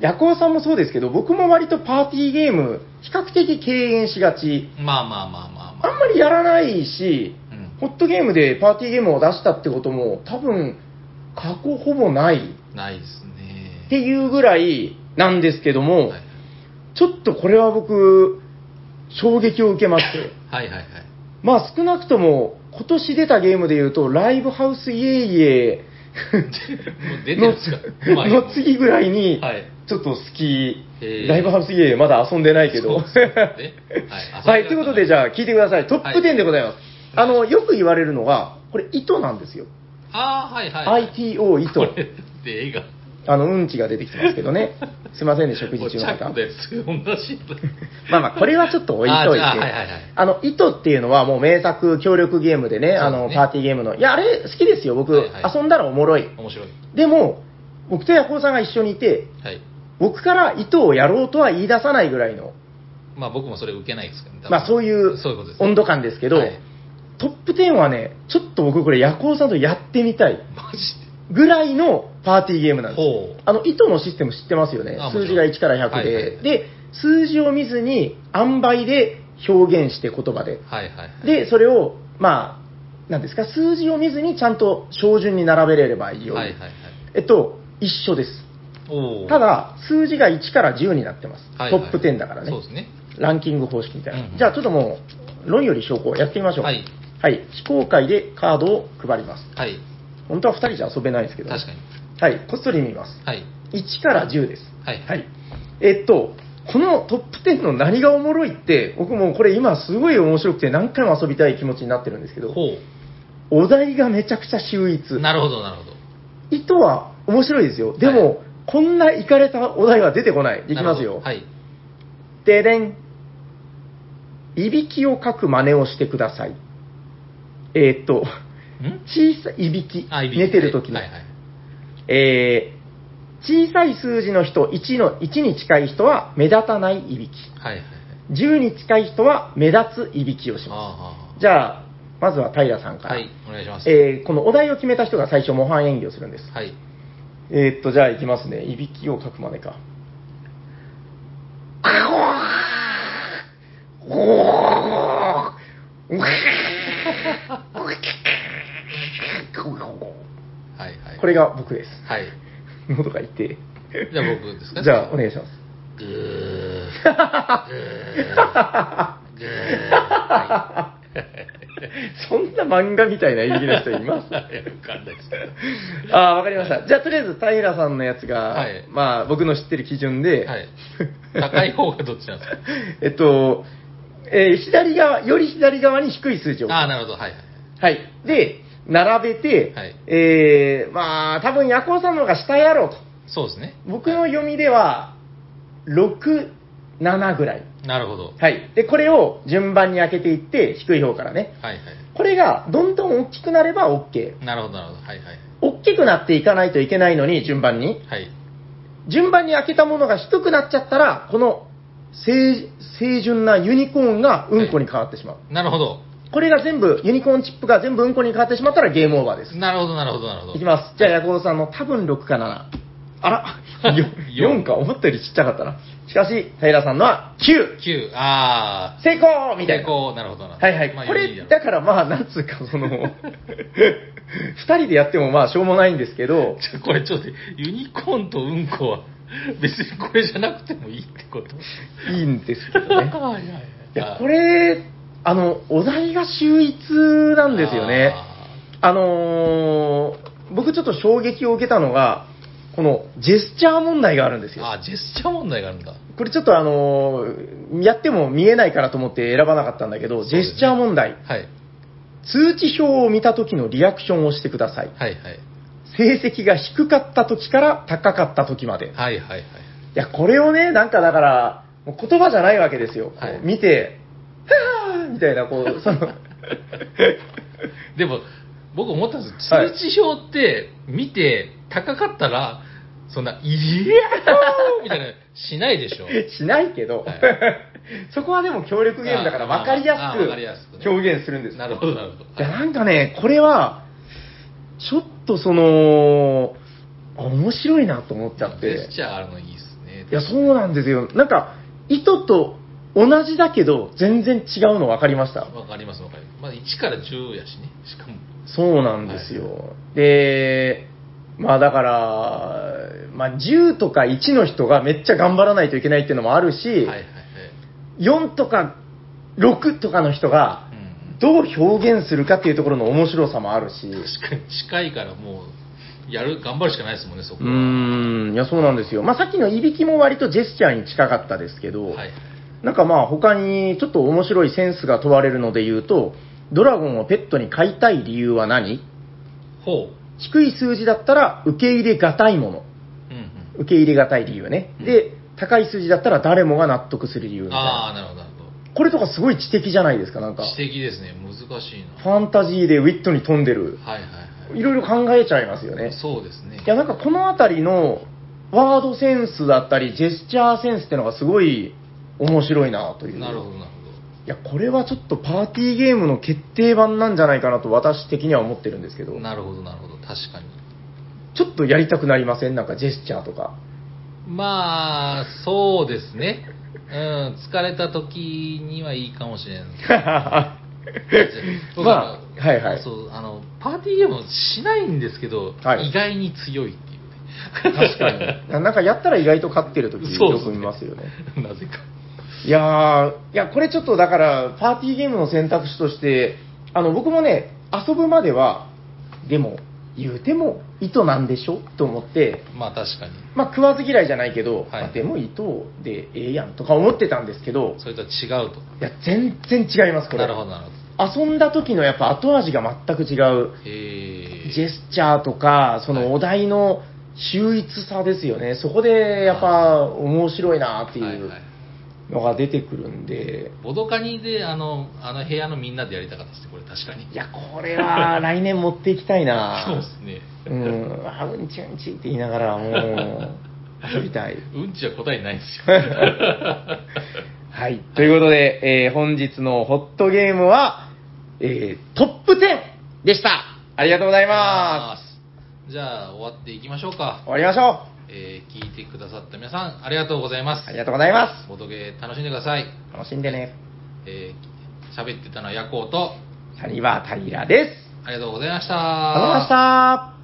夜行さんもそうですけど、僕も割とパーティーゲーム、比較的敬遠しがち。
まあまあまあまあま
あんまりやらないし、
あ。うん
ホットゲームでパーティーゲームを出したってことも、多分、過去ほぼない
ないですね。
っていうぐらいなんですけども、
はい
ちょっとこれは僕、衝撃を受 けまして、
はいはいはい。
まあ少なくとも今年出たゲームで言うと、ライブハウスイエイエ
もう出て
イ
るん
の
ですか
の次ぐらいに
はい、
ちょっと好き、
へー
ライブハウスイエイエイまだ遊んでないけ
そ
ど。
うですね
は、
はいい
ということで、じゃあ聞いてください。トップ10でございます。
はい
あの、よく言われるのが、これ、糸なんですよ。
ああ、はいはい。
ITO
こ
糸。
れで映画。
あの、うんちが出てきてますけどね。すいませんね、食事中の
お茶
方
子。ですよ同じだ。
まあまあ、これはちょっと置いといて。
あじゃあはいはいはい
あの、糸っていうのはもう名作協力ゲームでね、あ
そう
の、
ですね
パーティーゲームの。いや、あれ好きですよ、僕。
はいはい
遊んだらおもろい。
面白い。
でも、僕とヤコウさんが一緒にいて、
はい。
僕から糸をやろうとは言い出さないぐらいの、
まあ僕もそれ受けないですけどね。
まあそういう
そういうことです。
温度感ですけど、
はい
トップ10はね、ちょっと僕これ夜行さんとやってみたい
マジ
ぐらいのパーティーゲームなん
で。
です。
ほう。
あの、糸のシステム知ってますよね
あ。もちろん
数字が1から100で。
はいはいはい
で、数字を見ずに、塩梅で表現して言葉で。
はいはいはい。
で、それを、まあ、なんですか、数字を見ずにちゃんと照準に並べれればいいように。
はいはいはい。
えっと、一緒です。
おー
た、だ、数字が1から10になってます。
はい
ト
はい
ップ10だからね。
そうですね。
ランキング方式みたいな。
うんうん
じゃあ、ちょっともう、論より証拠をやってみましょう。
はい。
はい。非公開でカードを配ります。
はい。
本当は2人じゃ遊べないですけ
確
ど。
かに。
はい。こっそり見ます。
はい。
1から10です。
はい。
はい。えっと、このトップ10の何がおもろいって、僕もうこれ今すごい面白くて何回も遊びたい気持ちになってるんですけど、
ほ
お題がめちゃくちゃ秀逸
う。。なるほど、なるほど。
糸は面白いですよ。でも、
は
こんなイかれたお題は出てこない。できます
なる
よ。
ほどはい。
でれん。いびきをかく真似をしてください。えーっと、
ん
小さいいびき。
あいびき
寝てる時の。
はいはいはい。
えー小さい数字の人、1の、1に近い人は目立たないいびき。
はいはいはい。
10に近い人は目立ついびきをしま
あ
す。じゃあ、まずは平さん
あ
か
は
ら。
い、お願いします。
えーこのお題を決めた人が最初模範演技をするんです。
はい。
えーっと、じゃあ行きますね。いびきをかくまでか。
はいはい。
これが僕 です。
はい。
喉が痛い。
じゃあ僕ですか
じゃあ、お願いします。
ぐー。ぐー。ぐー。は
そんな漫画みたいないびきの人い ま
い。わか
す
んないですけど。
ああ、わかりました。じゃあ、とりあえず、平さんのやつが、
はい
まあ、僕の知ってる基準で、
はい。高い方がどっちなんです
えっと、えー左側、より左側に低い数字を。
かああ、なるほど。はいはい。
はい。で、並べて、
はい
えーまあ、多分、ヤコウさんの方が下やろうと。
そうですね。
僕の読みでは、6、7ぐらい。
なるほど。
はい。で、これを順番に開けていって、低い方からね。
はいは
これが、どんどん大きくなれば OK。
い。なるほど、なるほど。はいはい。
大きくなっていかないといけないのに、順番に。
はい。
順番に開けたものが低くなっちゃったら、この清清純なユニコーンがうんこに変わってしまう。
なるほど。
これが全部、ユニコーンチップが全部うんこに変わってしまったらゲームオーバーです。
なるほど、なるほど、なるほど。
いきます。じゃあ、ヤコウさんの多分6か7。あ ら、
よん
4か、思ったよりちっちゃかったな。しかし、平さんのは9。
9、ああ。
成功みたい
成
な。
功なるほどなるほど。
はいはい。
まあ
こ
よりいいだ
れ、
ろう
だからまあ、なんつうか、その、 二人でやってもまあ、しょうもないんですけど、
ち ょこれちょっと、ユニコーンとうんこは、別にこれじゃなくてもいいってこと。
いいんですけ どね。
はいはい
いや、これ、あの、お題が秀逸なんですよね。あのー僕ちょっと衝撃を受けたのが、このジェスチャー問題があるんです
あ
よ。
ーあー、ジェスチャー問題があるんだ。
これちょっとあのーやっても見えないからと思って選ばなかったんだけど、ジェスチャー問題。
はい。
通知表を見た時のリアクションをしてください。
はいはい。
成績が低かった時から高かった時まで。い
はいはいはい。
や、これをね、なんかだから、もう言葉じゃないわけですよ。こう
はい
見て、はぁーみたいな、こう、 その、
でも、僕思ったんです
はい
通知表って見て高かったら、そんな、いやーみたいな、しないでしょ。
しないけど、
はい
そこはでも協力ゲームだから
あー
分かりや
あー分かりやすく
す
ね
く表現するんです。
なるほどなるほ
い
ど。
やなんかね、これは、ちょっとその、あ面白いなと思っちゃっ
ジェ
て
ス。チャーあるのいいっすね。
いや、そうなんですよ。なんか、意図と同じだけど、全然違うの分かりました。
わかりますわかります。まあ1から10やしね。しかも。
そうなんですよ。で、まあだから、まあ10とか1の人がめっちゃ頑張らないといけないっていうのもあるし、
はいはいはい。
4とか6とかの人が
う、ん。
どう表現するかっていうところの面白さもあるし、
確かに近いからもう、やる、頑張るしかないですもんね、そこ
う
は。
ーん、いや、そうなんですよ。まあ、さっきのいびきも割とジェスチャーに近かったですけど、
はい。
なんかまあ、他にちょっと面白いセンスが問われるので言うと、ドラゴンをペットに飼いたい理由は何
ほ
低い数字だったら受け入れがたいもの。
う。うんうん。
受け入れがたい理由ね。で、高い数字だったら誰もが納得する理由みたい
あ
な。
あ、なるほどなるほど。
これとかすごい知的じゃないですか、なんか。
知的ですね。難しい
ファンタジーでウィットに富んでる。
な。はいはい
いろいろ考えちゃいますよ
は
ね
い。。そうですね
い。や、なんかこのあたりのワードセンスだったり、ジェスチャーセンスってのがすごい面白いなという。
なるほど、なる
いや、これはちょっとパーティーゲームの決定版なんじゃないかなと私的には思ってるんですけ
ほ
ど
ど。、なるほど、なるほど。確かに。
ちょっとやりたくなりませんなんかジェスチャー とか。
まあ、そうですね。うん、疲れた時にはいいかもしれん。
ま
僕は
あ、はいはい。
そうあのパーティーゲームをしないんですけど、
はい
意外に強いっていうね
確かに。 ななんかやったら意外と勝ってる時
そうで
よ
すね
く見ますよね。
なぜか。
いやー、いや、これちょっとだから、パーティーゲームの選択肢として、あの、僕もね、遊ぶまでは、でも、言うても、糸なんでしょと思って、
まあ確かに。
まあ、食わず嫌いじゃないけ
は
ど、
い
まあでも糸でええやんとか思ってたんですけど、
それとは違うと。
いや、全然違います、これ。
なるほど、なるほど。
遊んだ時のやっぱ後味が全く違う。
えー、
ジェスチャーとか、そ
はい
のお題の秀逸さですよね。そこでやっぱ面白いなって
はい
い
はいう
のが出てくるんで、
ボドカニであのあの部屋のみんなでやりたかったですね、これ確かに。
いや、これは 来年持っていきたい
そうで
な
すね。
うん、あ、うんちうんちって言いながら、もう、遊びたい。
うんちは答えないん ですよ。
はい。 ということで、えー本日のホットゲームは、えートップ10でした。ありがとうございます。
じゃあ終わっていきましょうか。
終わりましょ
えー聞いてくださった皆さん、ありがとうございます。
う。ありがとうございま
ボドゲー楽しんでください。
す。楽しんでね。
えー喋ってたのはヤコウと、
サニバータイラです。
ありがとうございました。
ありがとうございました。